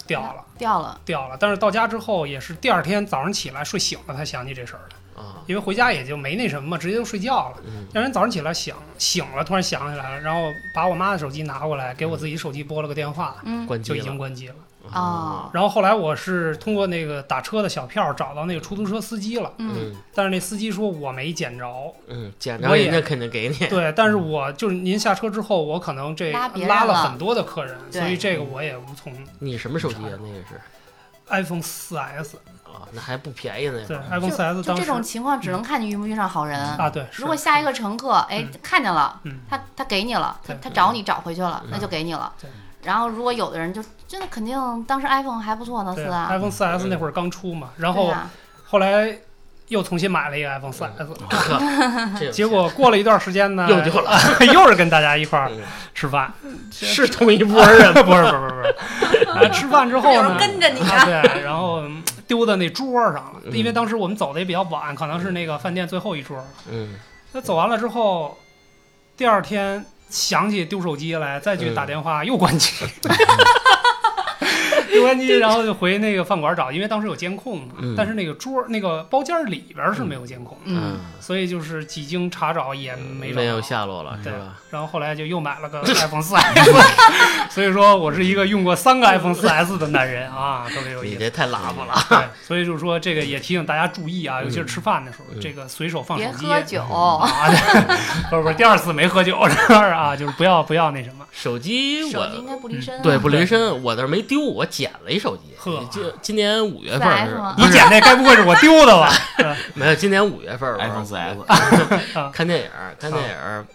掉了。
掉了，
掉了，但是到家之后也是第二天早上起来睡醒了才想起这事儿来，
啊，
因为回家也就没那什么嘛，直接就睡觉了。
嗯
第二天早上起来醒醒了，突然想起来了，然后把我妈的手机拿过来，给我自己手机拨了个电话，
嗯
关
就
机
已经
了嗯
关机了。
哦，
然后后来我是通过那个打车的小票找到那个出租车司机了，
嗯
嗯
但是那司机说我没捡着。
嗯，捡着
我也
人家肯定给你，
对，但是我就是您下车之后，我可能这
拉别人
拉了
了
很多的客人，
对
所以这个
嗯
我也无从。
你什么手机啊？那个是
iPhone 4S
啊，那还不便宜呢。
对
那会儿
iPhone 4S
就
当
这种
时
情况只能看你遇没遇上好人。
啊，对，是
如果下一个乘客哎
嗯
看见了，
嗯
他他给你了，他
对
他找你找回去了，
嗯
那就给你了
对。
然后如果有的人就真的肯定当时 iPhone 还不错呢，
对
是啊，
iPhone 4S
嗯
那会儿刚出嘛，然
对
后
啊，
后来又重新买了一个 iPhone 4S，
[laughs] 呵，这有
结果啊过了一段时间呢，
嗯又丢 [laughs] 了，
又是跟大家一块儿
嗯
吃饭，
[laughs] 是同一波人
[laughs] 不是不是不是
[laughs]
不是，啊，吃饭之后
有人
呢，
跟着你
啊，
啊，
对，然后嗯丢到那桌上了，
嗯
因为当时我们走的也比较晚，可能是那个饭店最后一桌。
嗯
那走完了之后，第二天想起丢手机来，再去打电话、又
[laughs]
关机，又关机，然后就回那个饭馆找，因为当时有监控嘛，
嗯
但是那个桌那个包间里边是没有监控的，
嗯，
所以就是几经查找也没
啊没
找
有
到
下落了，是
对
吧？
然后后来就又
[laughs]
买了个 iPhone 4S，所以说我是一个用
[laughs]
过三个 iPhone 4S 的男人啊，特别有意
你
思。
这太拉布了。
对，所以就是说这个也提醒大家注意啊，尤其是吃饭的时候，
嗯
这个随手放手
别
机
喝酒，
啊， [laughs] 对不是不是，第二次没喝酒这儿啊， [laughs] 就是不要不要那
[laughs]
什么，
手机
手机应
我
该不离
嗯
身啊。
对不离身，我那儿没丢，我捡了一手机
呵。
就今年五月份
在
是
iPhone
你捡那该不会是我丢的吧？
没有？今年五月份
iPhone
我
4S，
啊
[laughs] 看电影儿，看电影儿。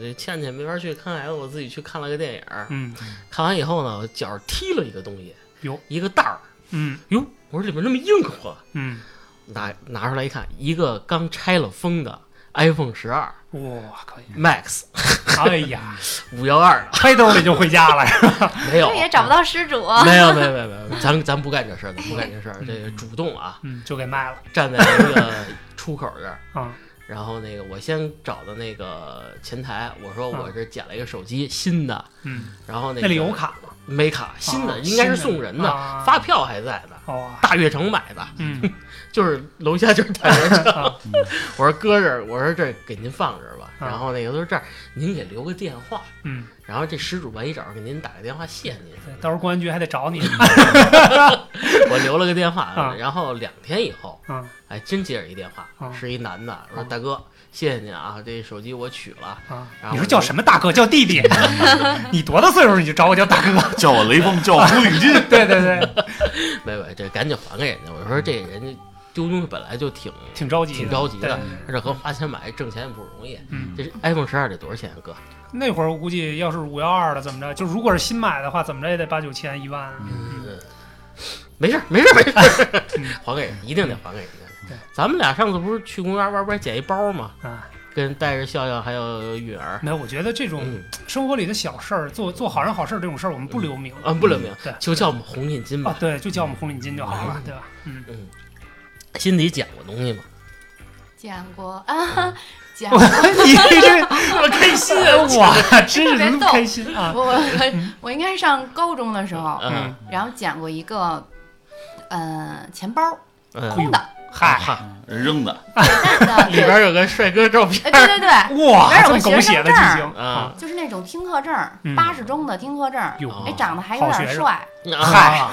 这倩倩没法去看孩子，我自己去看了个电影儿。
[laughs] 嗯
看完以后呢，我脚上踢了一个东西，
哟
一个袋儿。
嗯
哟，我说里面那么硬核，
嗯，
拿拿出来一看，一个刚拆了封的 iPhone 十二
哇，可以，
Max [laughs]
哎呀， [laughs]
五幺二的，
揣兜里就回家了， [laughs]
没有嗯
这，也找
嗯
不到失主啊。
没有，没有，没有，没有，咱咱不干这事儿，咱不干这事儿，这个主动啊，
嗯，就给卖了
站在那个出口这儿，
啊，
然后那个我先找的那个前台，我说我这捡了一个手机，新的，
嗯，
然啊后那
那
个
里有卡吗？
没卡，新
啊
的应该是
新的
送人的
啊，
发票还在呢，
哦，
大悦城买的，
嗯，
就是楼下就是大悦城。
[laughs] 啊
我说搁这儿，我说这儿给您放这儿吧。
啊
然后那个他说这样，您给留个电话，
嗯，
然后这失主万一找着给您打个电话谢谢您。
对，到时候公安局还得找你，
[laughs] 我留了个电话，
啊
然后两天以后，
[laughs] 嗯
哎，真接着一电话，
啊
是一男的，说大哥，谢谢您啊，这手机我取了。
啊
然，后
你说叫什么大哥？叫弟 [laughs] 弟？你多大岁数你就找我叫大哥？
[laughs] 叫我雷锋，叫我胡领巾，
[laughs] 对对对，
没有没有，这赶紧还给人家。我说这人家丢东西本来就挺，
[laughs] 挺着急的，
挺着急的
对
而且和花钱买挣钱也不容易。
嗯，
这 iPhone 十二得多少钱啊，哥？
那会儿我估计要是五幺二的怎么着，就如果是新买的话，怎么着也得八九千一万。啊
嗯没事儿，没事儿，没事儿
嗯，
[laughs] 还给人，一定得还给人
对
家。咱们俩上次不是去公园玩，不是捡一包吗？
啊，
跟带着笑笑还有允儿，
没有，我觉得这种
嗯，
生活里的小事儿，做做好人好事儿这种事儿，我们不留名
啊，不留名
嗯对，
就叫我们红领巾
啊
吧。，
对，就叫我们红领巾就好了，对吧？嗯， [laughs] 哦
心里捡过东西吗？
见过啊， [laughs] 见
[laughs] 我
过。
你这我开心啊，哇，真是真开心啊！
我我我应该是上高中的时候，
嗯
然后捡过一个，呃，钱包
哎
嗯，
空的，
嗨，
哈，
嗯扔的，
但但
[laughs]
里边有个帅哥照片
哎对对对，
嗯哇，
有
这么
个
狗
学
血
生
的剧
证儿
情
啊！
就是那种听课证儿
嗯，
八十中的听课证儿，
哟，
哦
哎，长得还有
好
点
学生
帅。
啊，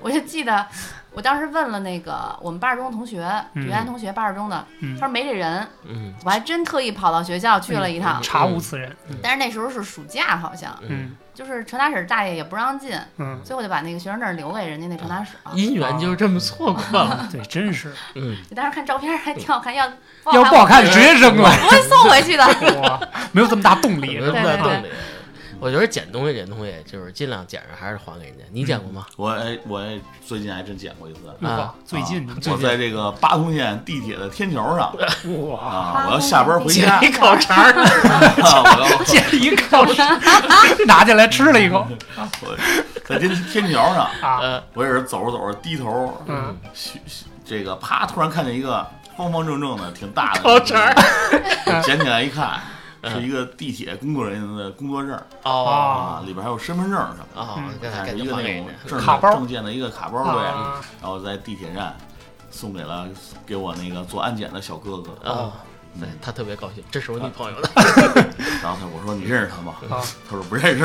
我就记得我当时问了那个我们八十中的同学，
嗯
原来同学八十中的，
嗯
他说没这人，
嗯
我还真特意跑到学校去了一趟。
查无此人。
但是那时候是暑假，好像
嗯，
嗯
就是传达室大爷也不让进，
嗯，
最后就把那个学生证留给人家那传达室啊了。
嗯姻缘就是这么错过了。
[laughs] 对，真是
嗯，
当时看照片还挺好看，要
要不好看就
我
直接扔了，
不会送回去的。
哇， [laughs] 没有这么大动力
有
是
人
吧
不在
对
洞里。我觉得捡东西，捡东西就是尽量捡着，还是还给人家。你捡过吗？
我哎我哎最近还真捡过一次。
哇，嗯最近
啊我在这个八通县地铁的天桥上
哇，[laughs]
[laughs] 啊，我要下班回家
捡一烤肠儿， [laughs]
啊，我要
捡一口，拿起来吃了一口
[laughs] 我在天天桥上，
啊，
呃，
我也是走着走着低头，
嗯，
嘘嘘这个啪，突然看见一个方方正正的挺大的
烤肠儿，
我捡起来一看，是一个地铁工作人员的工作证
哦
啊，里边还有身份证什
[laughs]
么的。
哦，
嗯
刚才
哎
赶
一
紧
个
还
那
给人
种
家。
证
卡包
证件的一个卡包，对，
啊
然后在地铁站送给了给我那个做安检的小哥哥，
啊，
嗯
对他特别高兴，这是我女朋友的，
然后他我说你认识他吗？
啊
他说不认识，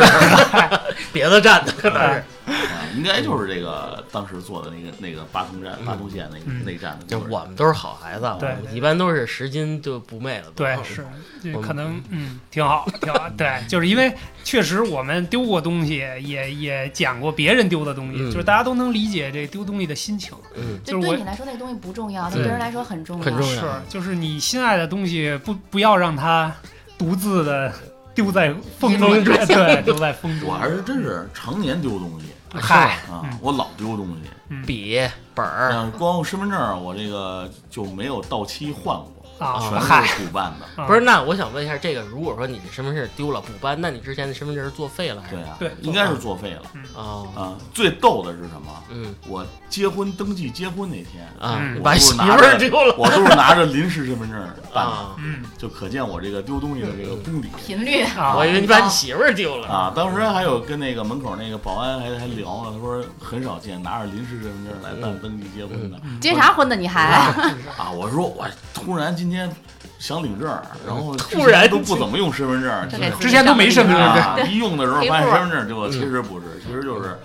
[laughs]
别的站
[laughs]
的可能是。
啊应该就是这个当时做的那个那个八通站八通线那个
嗯
那站的
就
地方，
我们都是好孩子啊，我
对
们一般都是十斤就不昧了。
对，
嗯
是，
我
就
们
可能嗯，挺好，挺好。对，就是因为确实我们丢过东西，也也捡过别人丢的东西，
嗯
就是大家都能理解这丢东西的心情。
嗯，
就
就是我
对你来说那个东西不重要，
对
对别人来说很重要。
很重要
是，就是你心爱的东西不，不要让它独自的丢在风中，
风中
对，丢在风中。
我还是真是常年丢东西
嗨，
啊
嗯，
我老丢东西，
笔本儿
嗯，光身份证儿我这个就没有到期换
[laughs]
过，
啊，
全
嗨，
是补办的。
啊
不是？那我想问一下，这个如果说你的身份证丢了补办，那你之前的身份证是作废了还是？
对啊，
对
应该是作废了
哦，
啊。最逗的是什么？
嗯
我结婚登记结婚那天，
啊，
嗯
你
我
把
都
媳
是
妇
拿
儿
着
丢了
我都是拿着临时身份
[laughs]
证儿办的，
啊。嗯
嗯
就可见我这个丢东西的这个功底
频率
啊，
我以为你把你媳妇儿丢了
啊。当时还有跟那个门口那个保安还还聊啊呢，他说很少见拿着临时身份证儿来
嗯
办登记结婚的
结啥婚呢？你还
啊。我说我突然今天想领证儿，然后之前
突然
都不怎么用身份证儿，
这
今
给
天
自己
之前都没身份证
上了
啊，一用的时候
赔
发现
付
身份证丢了，其实不
嗯
是，其实就是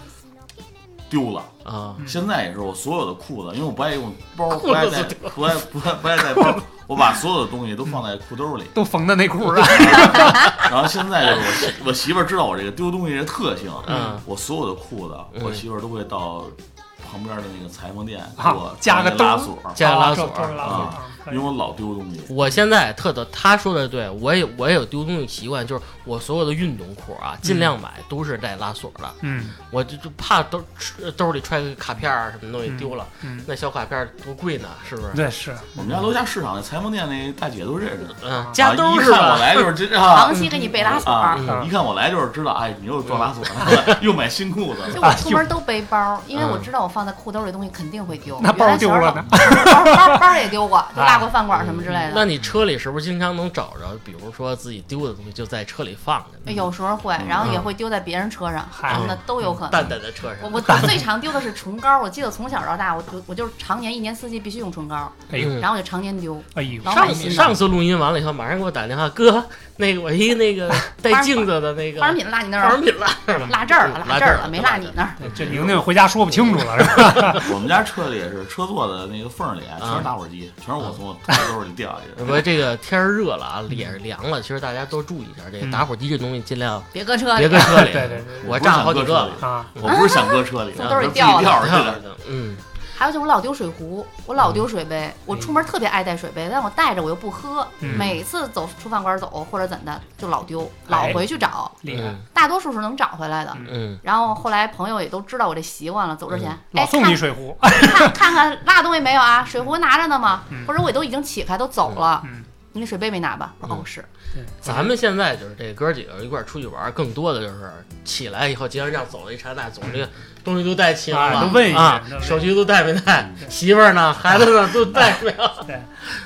丢了。
啊
嗯
现在也是我所有的裤子，因为我不爱用包，
裤
不爱
子
带，
都
不爱不爱不爱带包，我把所有的东西都放在裤兜里。
[laughs]
都缝的内裤啊，
然后现在就是我媳我媳妇儿知道我这个丢东西的特性，
嗯
我所有的裤子，
嗯
我媳妇儿都会到旁边的那个裁缝店给
啊
我
加个
那
兜
拉锁，
加拉
这
锁
这是拉锁
啊，因为我老丢东西。
我现在特的，他说的对，我也我也有丢东西习惯，就是我所有的运动裤啊，尽量买都是带拉锁的，
嗯
我就就怕兜呃兜里揣个卡片儿啊什么东西丢了，
嗯，
那小卡片儿多贵呢，是不是？
对是，
我们家楼下市场那裁缝店那大姐都认识，
嗯，加
啊
兜
一
是
看我
吧？
来就是
[laughs]
真啊
长，期给你备拉锁，
啊
嗯
一看我来就是知道，哎，你又装拉锁了，又买新裤子
就
了。
啊
我出门都背包，因为
嗯
我知道我放在裤兜里的东西肯定会丢。
那包丢了呢
呢？包包包也丢过，
[laughs]
就落过饭馆什么之类
那
的。
你车里是不是经常能找着？比如说自己丢的东西就在车里放着呢，
哎
有时候会，然后也会丢在别人车上，
嗨
什么的都有可能。
蛋蛋在车
我
上。
我最常丢的是唇膏，我记得从小到大，我我我就是常年一年四季必须用唇膏，
哎呦
嗯
然后我就常年丢。
哎呦，
老
上
买新的
上次录音完了以后，马上给我打电话，哥，那个我一那
[laughs]
个带镜子的那个
化妆品落你那
化
儿
妆
了，
品落这儿了，
落这儿了，
落
落这儿
这儿了
了，没落你那儿。
这宁宁回家说不清楚了是吧？
我们家车里也是，车座的那个缝儿里啊全是打火机，全是我从我兜里掉下去的。
不，这个天儿热了啊，也是凉了，其实大家多注意点儿，这个
嗯
打火机这东西尽量
别搁
嗯
车
别
里，
搁车里。
对对对
我炸了好几个了。
啊，
我不是想搁车里，
从兜里
我是自己
掉的
掉下去的。
的，嗯，
还有就是我老丢水壶，我老丢水杯，我出门特别爱带水杯，但我带着我又不喝，
嗯
每次走出饭馆走或者怎的就老丢，老回去找，
厉害，
大多数是能找回来的。
嗯，
然后后来朋友也都知道我这习惯了，走之前，
嗯老
哎，看
送你水壶，
看看看落东西没有啊？水壶拿着呢吗？
嗯
或者我都已经起开都走了，
嗯，
你那水杯没拿吧？
嗯
哦，是，
咱们现在就是这哥几个一块儿出去玩儿，更多的就是起来以后结完账走的一刹那，总这个东西都带齐了
哎
吗
都问一下
啊
都问，一嗯下
手机都带没带？媳妇儿
啊
呢？孩子呢？都带没有？
对，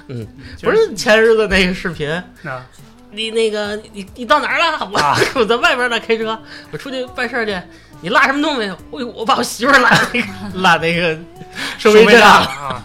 嗯，
就
不是前日子那个视频，
那
你那个你你到哪儿了？我、
啊
[laughs] 我在外边呢，开车，我出去办事儿去。你落什么东西没有？我我把我媳妇儿落那
[laughs]
个落那个 [laughs] 收费
费
站
站
了。
啊，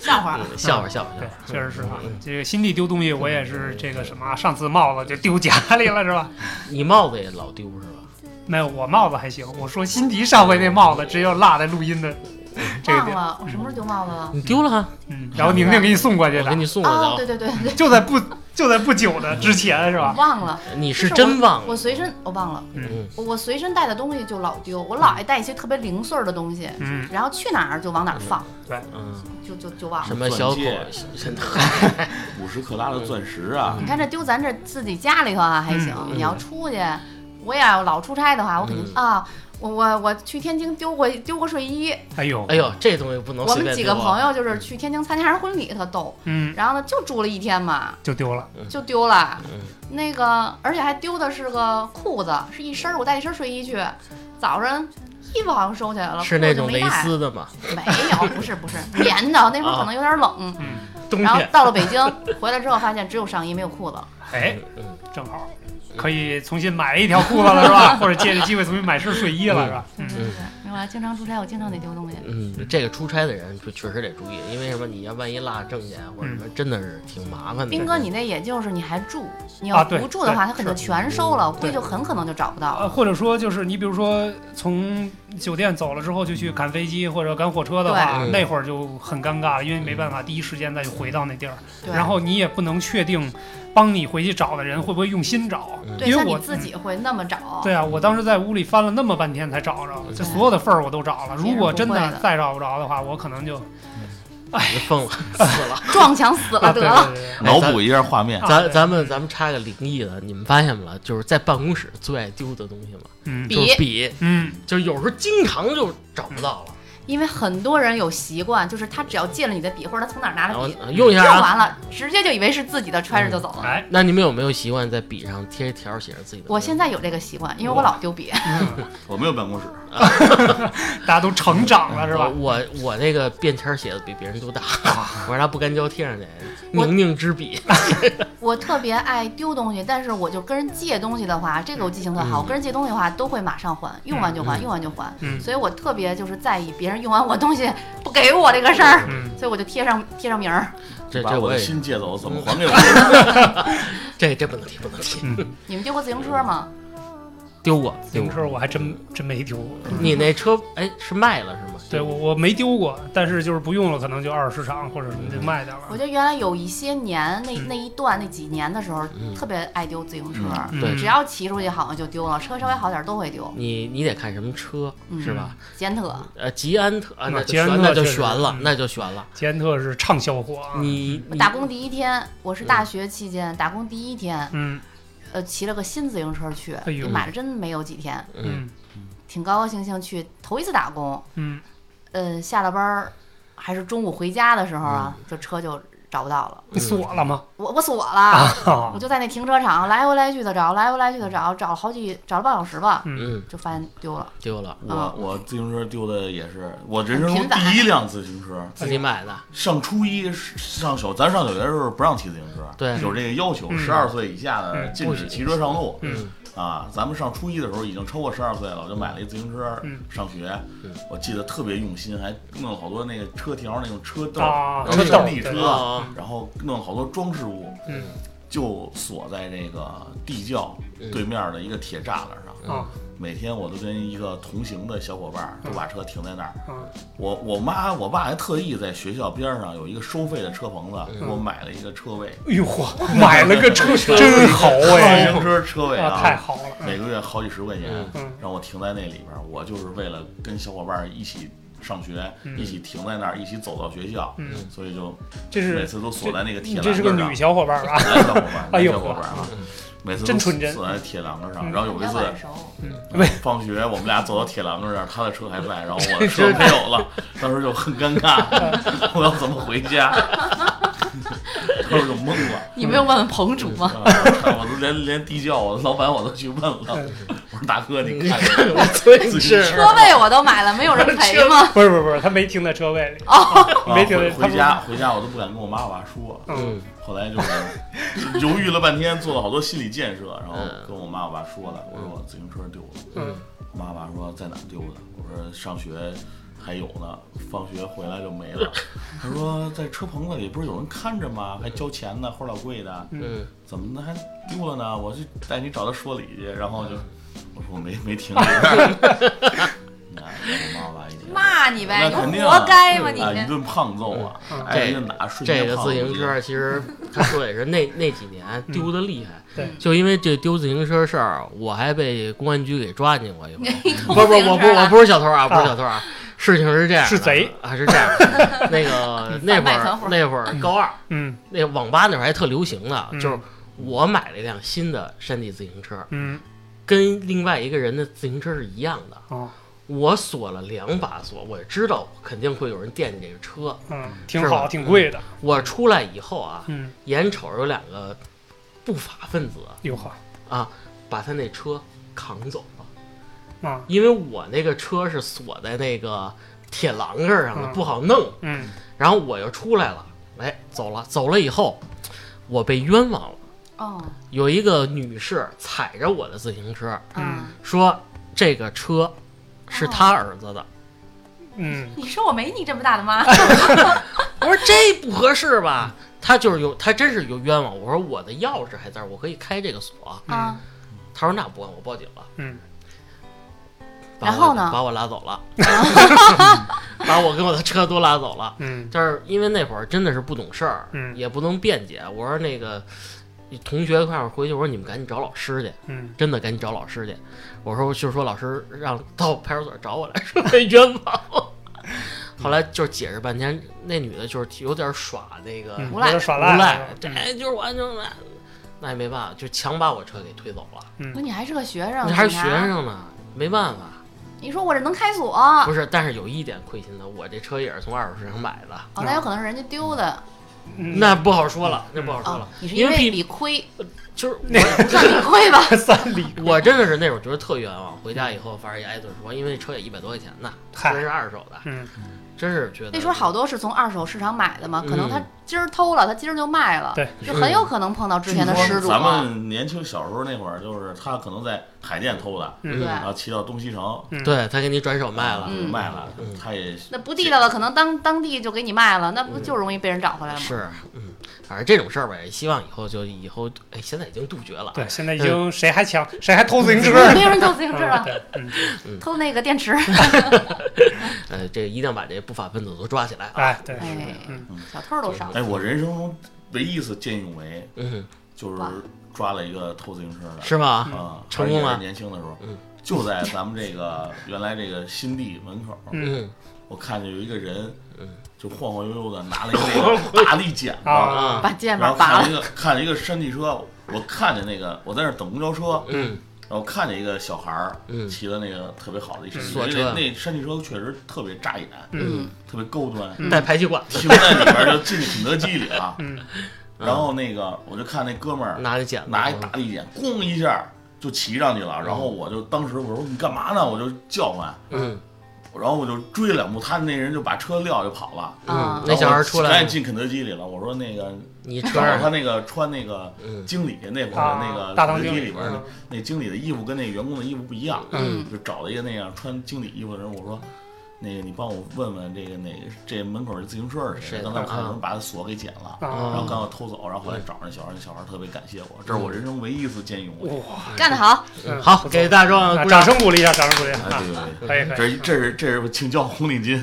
笑话。
嗯笑话笑话笑
对
话，，
确实是啊
嗯。
这个心地丢东西，我也是这个什么啊，上次帽子就丢家里了是吧？
你帽子也老丢是吧？
没有，我帽子还行。我说辛迪上回那帽子只有落在录音的嗯这个
忘
地方，
了我什么时候丢帽子了？
你丢了啊？
嗯，然后宁宁给你送过去
我给
的，
你送过去
哦，
啊
对。对对对，
就在不就在不久的之前啊是吧？
忘了。
你
就是
真忘
我
了，
随身我忘了，
嗯
嗯
我我随身带的东西就老丢，我老爱带一些特别零碎儿的东西，
嗯，
然后去哪儿就往哪儿放，
嗯，
就就就忘了
什。么小口
钻
真的，
五十克拉的钻石啊，
你看这丢咱这自己家里头啊还行，
嗯嗯嗯嗯
你要出去，我也要老出差的话，我肯定、啊，我我我去天津丢过丢过睡衣，
哎呦，
哎呦，这东西不能
我
随
们
便
几
丢
个
啊。
朋友就是去天津参加人婚礼，特逗。
嗯，
然后呢，就住了一天嘛，
就丢了，
就丢了。
嗯
那个，而且还丢的是个裤子，是一身儿，我带一身睡衣去，早上衣服好像收起来了，
是那
裤子
种
没
蕾
带
丝的嘛，
没有，不是不是棉的，那时候可能有点冷。
嗯
冬
然后
天。
到了北京，回来之后发现只有上衣没有裤子，
哎，
嗯，
正好可以重新买一条裤子了是吧？或者借这机会重新买身睡衣了是吧？嗯，
嗯
明白？经常出差，我经常得丢东西。
嗯，这个出差的人就确实得注意，因为什么？你要万一落证件或者什么，真的是挺麻烦的。
嗯斌哥，你那也就是你还住，你
啊
要
对
不住的话，
对
他可能全收了，我估计
对
就很可能就找不到
呃，
了。
或者说就是你比如说从酒店走了之后就去赶飞机或者赶火车的话，
对
那会儿就很尴尬了，因为没办法第一时间再回到那地儿，
嗯对，
然后你也不能确定帮你回去找的人会不会用心找，
嗯
对，
因为
像你
我
自。己会那么找，
对啊，我当时在屋里翻了那么半天才找着，这所有的份儿我都找
别
了。如
人
果真
不会的
的再找不着的话，我可能就
别疯了，死了。
撞墙 [laughs] 死了
啊
得
对
了。
对对对
[laughs] 脑补一下画面
啊，
咱
对
咱们咱们插个灵异的，你们发现没了？就是在办公室最爱丢的东西嘛，
嗯
就是笔，
嗯，
就是有时候经常就找不到了，
因为很多人有习惯，就是他只要借了你的笔，或者他从哪儿拿
然后
的笔，
呃用一
用
下啊。
完了直接就以为是自己的，揣着就走了。
哎，
那你们有没有习惯在笔上贴条写着自己的名字？
我现在有这个习惯，因为我老丢笔。
嗯
我没有办公室，
大家都成长了是吧？啊
我我我那个便签写的比别人都大， [laughs] 我让他不干胶贴
[laughs]
上去，
我
宁宁之笔。
我特别爱丢东西，但是我就跟人借东西的话，这个我记性特好，
嗯
我跟人借东西的话都会马上还，用完就还，
嗯
用完就还。
嗯
所以我特别就是在意别人用完我东西不给我这个事儿，
嗯，
所以我就贴上贴上名儿。
这
把
这
我
我
的
也
心借走，怎么还给我？
这这不能提不能
[laughs]
提，
你们丢过自行车
嗯
吗？
丢过
自
丢
行车
过。
我还真真没丢过。
你那车哎是卖了是吗？
对我我没丢过，但是就是不用了，可能就二手市场或者什么就卖掉
我觉
了。
得原来有一些年那
嗯
那一段那几年的时候，
嗯
特别爱丢自行车，
嗯
对
只要骑出去好像就丢了，车稍微好点儿都会丢。
你你得看什么车
嗯
是吧？
捷安特，
呃，捷安特啊，
那
那就
捷安
悬
特
那就
确实
悬了，
嗯
那就悬了。
捷安特是畅销货啊。
你
我
你
打工第一天，我
嗯
是大学期间打工第一天，
嗯
呃，骑了个新自行车去，
哎呦
就买了真没有几天，
嗯
嗯
挺高高兴兴去，头一次打工，
嗯
呃，下了班儿还是中午回家的时候啊，这车就找不到了，
你锁了吗？
我我锁
啊
了，我
哈，
就在那停车场来回来去的找，来回来去的找，找了好几找了半小时吧，
嗯
嗯
就发现丢了。
丢了，
我
啊
我自行车丢的也是我人生
很
中
频繁
第一辆自行车，
哎
自己买的，
上初一上小，咱上小学的时候不让骑自行车，
对
有这个要求，
嗯
十二岁以下的
嗯
禁止骑车上路。
嗯
啊，咱们上初一的时候已经超过十二岁了，我就买了一自行车
嗯
上学
嗯。
我记得特别用心，还弄了好多那个车条、那种车豆、
啊
然后
车豆
立
对
车，
啊，
然后弄了好多装饰物，
嗯
就锁在这个地窖
嗯
对面的一个铁栅栏上。
啊
每天我都跟一个同行的小伙伴儿
嗯
都把车停在那儿，
啊
我我妈我爸还特意在学校边上有一个收费的车棚子，
嗯
给我买了一个车位，
哎呦嚯， [laughs] 买了个车，真好
自行
哎！
车车位
啊，太
啊，
好了。
每个月好几十块钱
嗯，
让我停在那里边儿。我就是为了跟小伙伴儿一起上学，一起停在那儿，一起走到学校，
嗯
所以就
这是
每次都锁在那个铁
你
栏
这是个
杆上
女。小伙
[laughs]
伴吧？
男小伙伴，
[laughs] 哎
男
呦
小伙伴啊，每次都
真纯真
锁在铁栏杆上。
嗯
然后有一
要
次
晚熟，
放学，我们俩走到铁栏杆这儿，他的车还在，然后我的
[laughs]
车没有了，当时就很尴尬，我要怎么回
[laughs]
家？当时就懵了，
你没有问问棚主吗？
啊我都连连地窖，我的老板我都去问了，我说大哥，
嗯
你
[laughs]
看看
我推
自行
是
车
车位我都买了，嗯没有人赔吗？
不是不是不是，他没停在车位里，
啊
没停在
回
他
回
不
家回家我都不敢跟我妈我爸说，
嗯
嗯
后来就是犹豫了半天，做了好多心理建设，然后跟我妈我爸说了，我说我自行车丢了。
嗯
我妈妈说在哪儿丢的？我说上学还有呢，放学回来就
[laughs]
没了。她说在车棚子里不是有人看着吗？还交钱呢，花老贵的，
嗯，
怎么的还丢了呢？我就带你找他说理去。然后就
嗯
我说我没
[laughs]
没听见。那我妈妈一
[laughs]
听，
骂你呗，
那
你
肯定
活该嘛你！
啊，一顿胖揍啊！
嗯
挨
这
一顿打，瞬间
这个
胖
自
了
行车其
[laughs]
实他说也是那那几年丢的厉害，
嗯对
就因为这丢自行车事儿，啊我还被公安局给抓进过一回。
[laughs] 你偷
不是不
自
是，我
行
不
车
是我
了，
不是小偷啊，不是小偷啊，事情是这样的，
是贼
啊，是这样
[laughs]
的。那个那会
贩卖团伙
儿那会儿高二，
嗯
那网吧那会儿还特流行呢，
嗯
就是我买了一辆新的山地自行车，
嗯
跟另外一个人的自行车是一样的。
哦
我锁了两把锁，我知道肯定会有人惦记这个车。
嗯，挺
是吧
好，挺贵的。
我出来以后啊，
嗯，
眼瞅着有两个不法分子
哟呵
啊，把他那车扛走了。
啊
因为我那个车是锁在那个铁栏杆上的，
嗯
不好弄。
嗯
然后我又出来了，哎，走了，走了以后，我被冤枉了。
哦，
有
啊
一个女士踩着我的自行车，
嗯
嗯，
说这个车是他儿子的。
嗯，
你说我没你这么大的 [laughs] 妈，
我说这不合适吧？他就是有，他真是有冤枉。我说我的钥匙还在这儿，我可以开这个锁。
啊，
他说那不管，我报警了。
嗯，
把我
然后呢
把我拉走
[laughs]
了， [laughs] 把我跟我的车都拉走了。
嗯
就是因为那会儿真的是不懂事儿，
嗯
也不能辩解。我说那个同学一块儿回去，我说你们赶紧找老师去，
嗯
真的赶紧找老师去。我说就说老师让到派出所找我来， [laughs] 说被冤枉。
嗯
后来就是解释半天，那女的就是有点耍那个
嗯，
无
无赖
有点耍赖
赖
了，
这就是我就是我那也没办法，就强把我车给推走了。
不是你还是个学生，
你还是学
警察。
生呢，没办法。
你说我这能开锁？
不是，但是有一点亏心的，我这车也是从二手市场买的，
哦，那有可能是人家丢的
嗯
那不好说了，那不好说
哦
了，，
你是
因为
为
比
理亏，
就是我
那
也不
算理
[laughs]
亏吧？
[laughs] 三里
我真的是那会儿觉得特冤枉，回家以后反正也挨顿说，因为那车也一百多块钱呢，
嗨
真是二手的，
嗯
真是觉得
那时候好多是从二手市场买的嘛，可能他
嗯
今儿偷了，他今儿就卖了，
对
就很有可能碰到之前的失主。啊
咱们年轻小时候那会儿，就是他可能在海淀偷的，
嗯
对
然后骑到东西城
嗯
对他给你转手卖了，
嗯
卖了
嗯，
他也
那不地道的，可能当当地就给你卖了，那不就容易被人找回来了吗？
是，嗯，反正这种事儿吧，也希望以后就以后，哎，现在已经杜绝了，
对，现在已经谁还抢谁还偷自行车？ [laughs]
没有人偷自行车
哎
[laughs]
嗯
了，
对，嗯，
偷那个电池。
呃，这一定要把这不法分子都抓起来啊，
哎，对，是
哎，
嗯
小偷都少。
哎，我人生中唯一一次见义勇为
嗯，
就是
哇
抓了一个偷自行车的，
是吧？
啊，
嗯成功了
而且也是年轻的时候
嗯，
就在咱们这个原来这个新地门口，
嗯
我看见有一个人，就晃晃悠悠的拿了一个那个大力剪子，
啊，
啊，
把肩
然
膀
后
拔
看
了
了一，个看了一个山地车，我看见那个我在那儿等公交车，
嗯
然后看见一个小孩儿
嗯
骑的那个特别好的一山地
锁车
那那山地车确实特别扎眼，
嗯，
特别高端，
带排气管子，
停在里边儿就进肯德基里
[laughs]
了。
嗯
啊然后那个我就看那哥们儿
拿着剪子，
拿一大力剪，咣一下就骑上去了。然后我就当时我说你干嘛呢？我就叫唤，
嗯
然后我就追两步，他那人就把车撂就跑了。
嗯
啊，
那小孩出
然后我
来
赶
了，
紧进肯德基里了。我说那个
你
正
车
好他
上，
那个穿那个
嗯
经理那会儿
啊
的那个
大堂
肯德
经
基
理嗯
里边儿那那经理的衣服跟那员工的衣服不一样，
嗯
就找了一个那样穿经理衣服的人，我说。那个，你帮我问问这个哪个这门口这自行车是
谁
谁的？
的
刚才我看有人把锁给剪了，然
啊，嗯
后刚好偷走，然后回来找那小孩，那小孩特别感谢我，这是我人生唯一一次见义勇为。
[laughs] 哇，
干得好，
嗯
好，给大壮
啊
鼓掌，
掌声鼓励一下，掌声鼓励一下，
啊，
啊
对对对，
可以可
这
以，
是这是这是请教红领巾，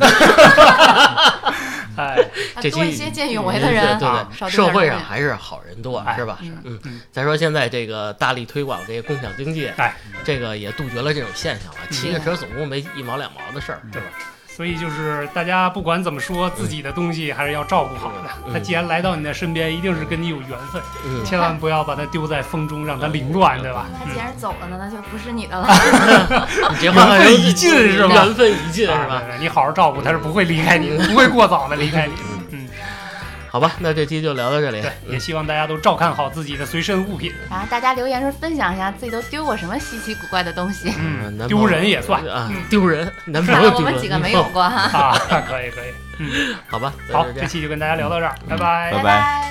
哎，
啊
这
多一
期嗯
些见义勇为的人
对
啊
对，
少
对，
丢
社
点
会
东
上
西
还是好人多，
哎
是吧？
嗯
嗯，再说现在这个大力推广这个共享经济，
哎，嗯
这个也杜绝了这种现象了，骑个车总共没一毛两毛的事儿，是吧？
所以就是大家不管怎么说，自己的东西还是要照顾好的。
嗯
它既然来到你的身边，一定是跟你有缘分，
嗯，
千万不要把它丢在风中，让它凌乱，对吧？啊
他既然走了呢，那就不是你
[laughs]
的了。
你这话
缘分已尽是吧
缘分已尽
啊
是吧？
对对你好好照顾，它是不会离开你的，不会过早的离开你的。嗯，
好吧，那这期就聊到这里呃
对，，也希望大家都照看好自己的随身物品，
然后大家留言说分享一下自己都丢过什么稀奇古怪的东西，
嗯，
嗯，
男
丢
朋友
人也算嗯
啊，丢人，男
[laughs]
朋
看
友
来
丢
我
人，
们几个没有
嗯
过哈。
啊，可以可以，嗯，
好吧，那
好
就，这
这
样。
[laughs] 期就跟大家聊到这儿，拜拜
拜
拜。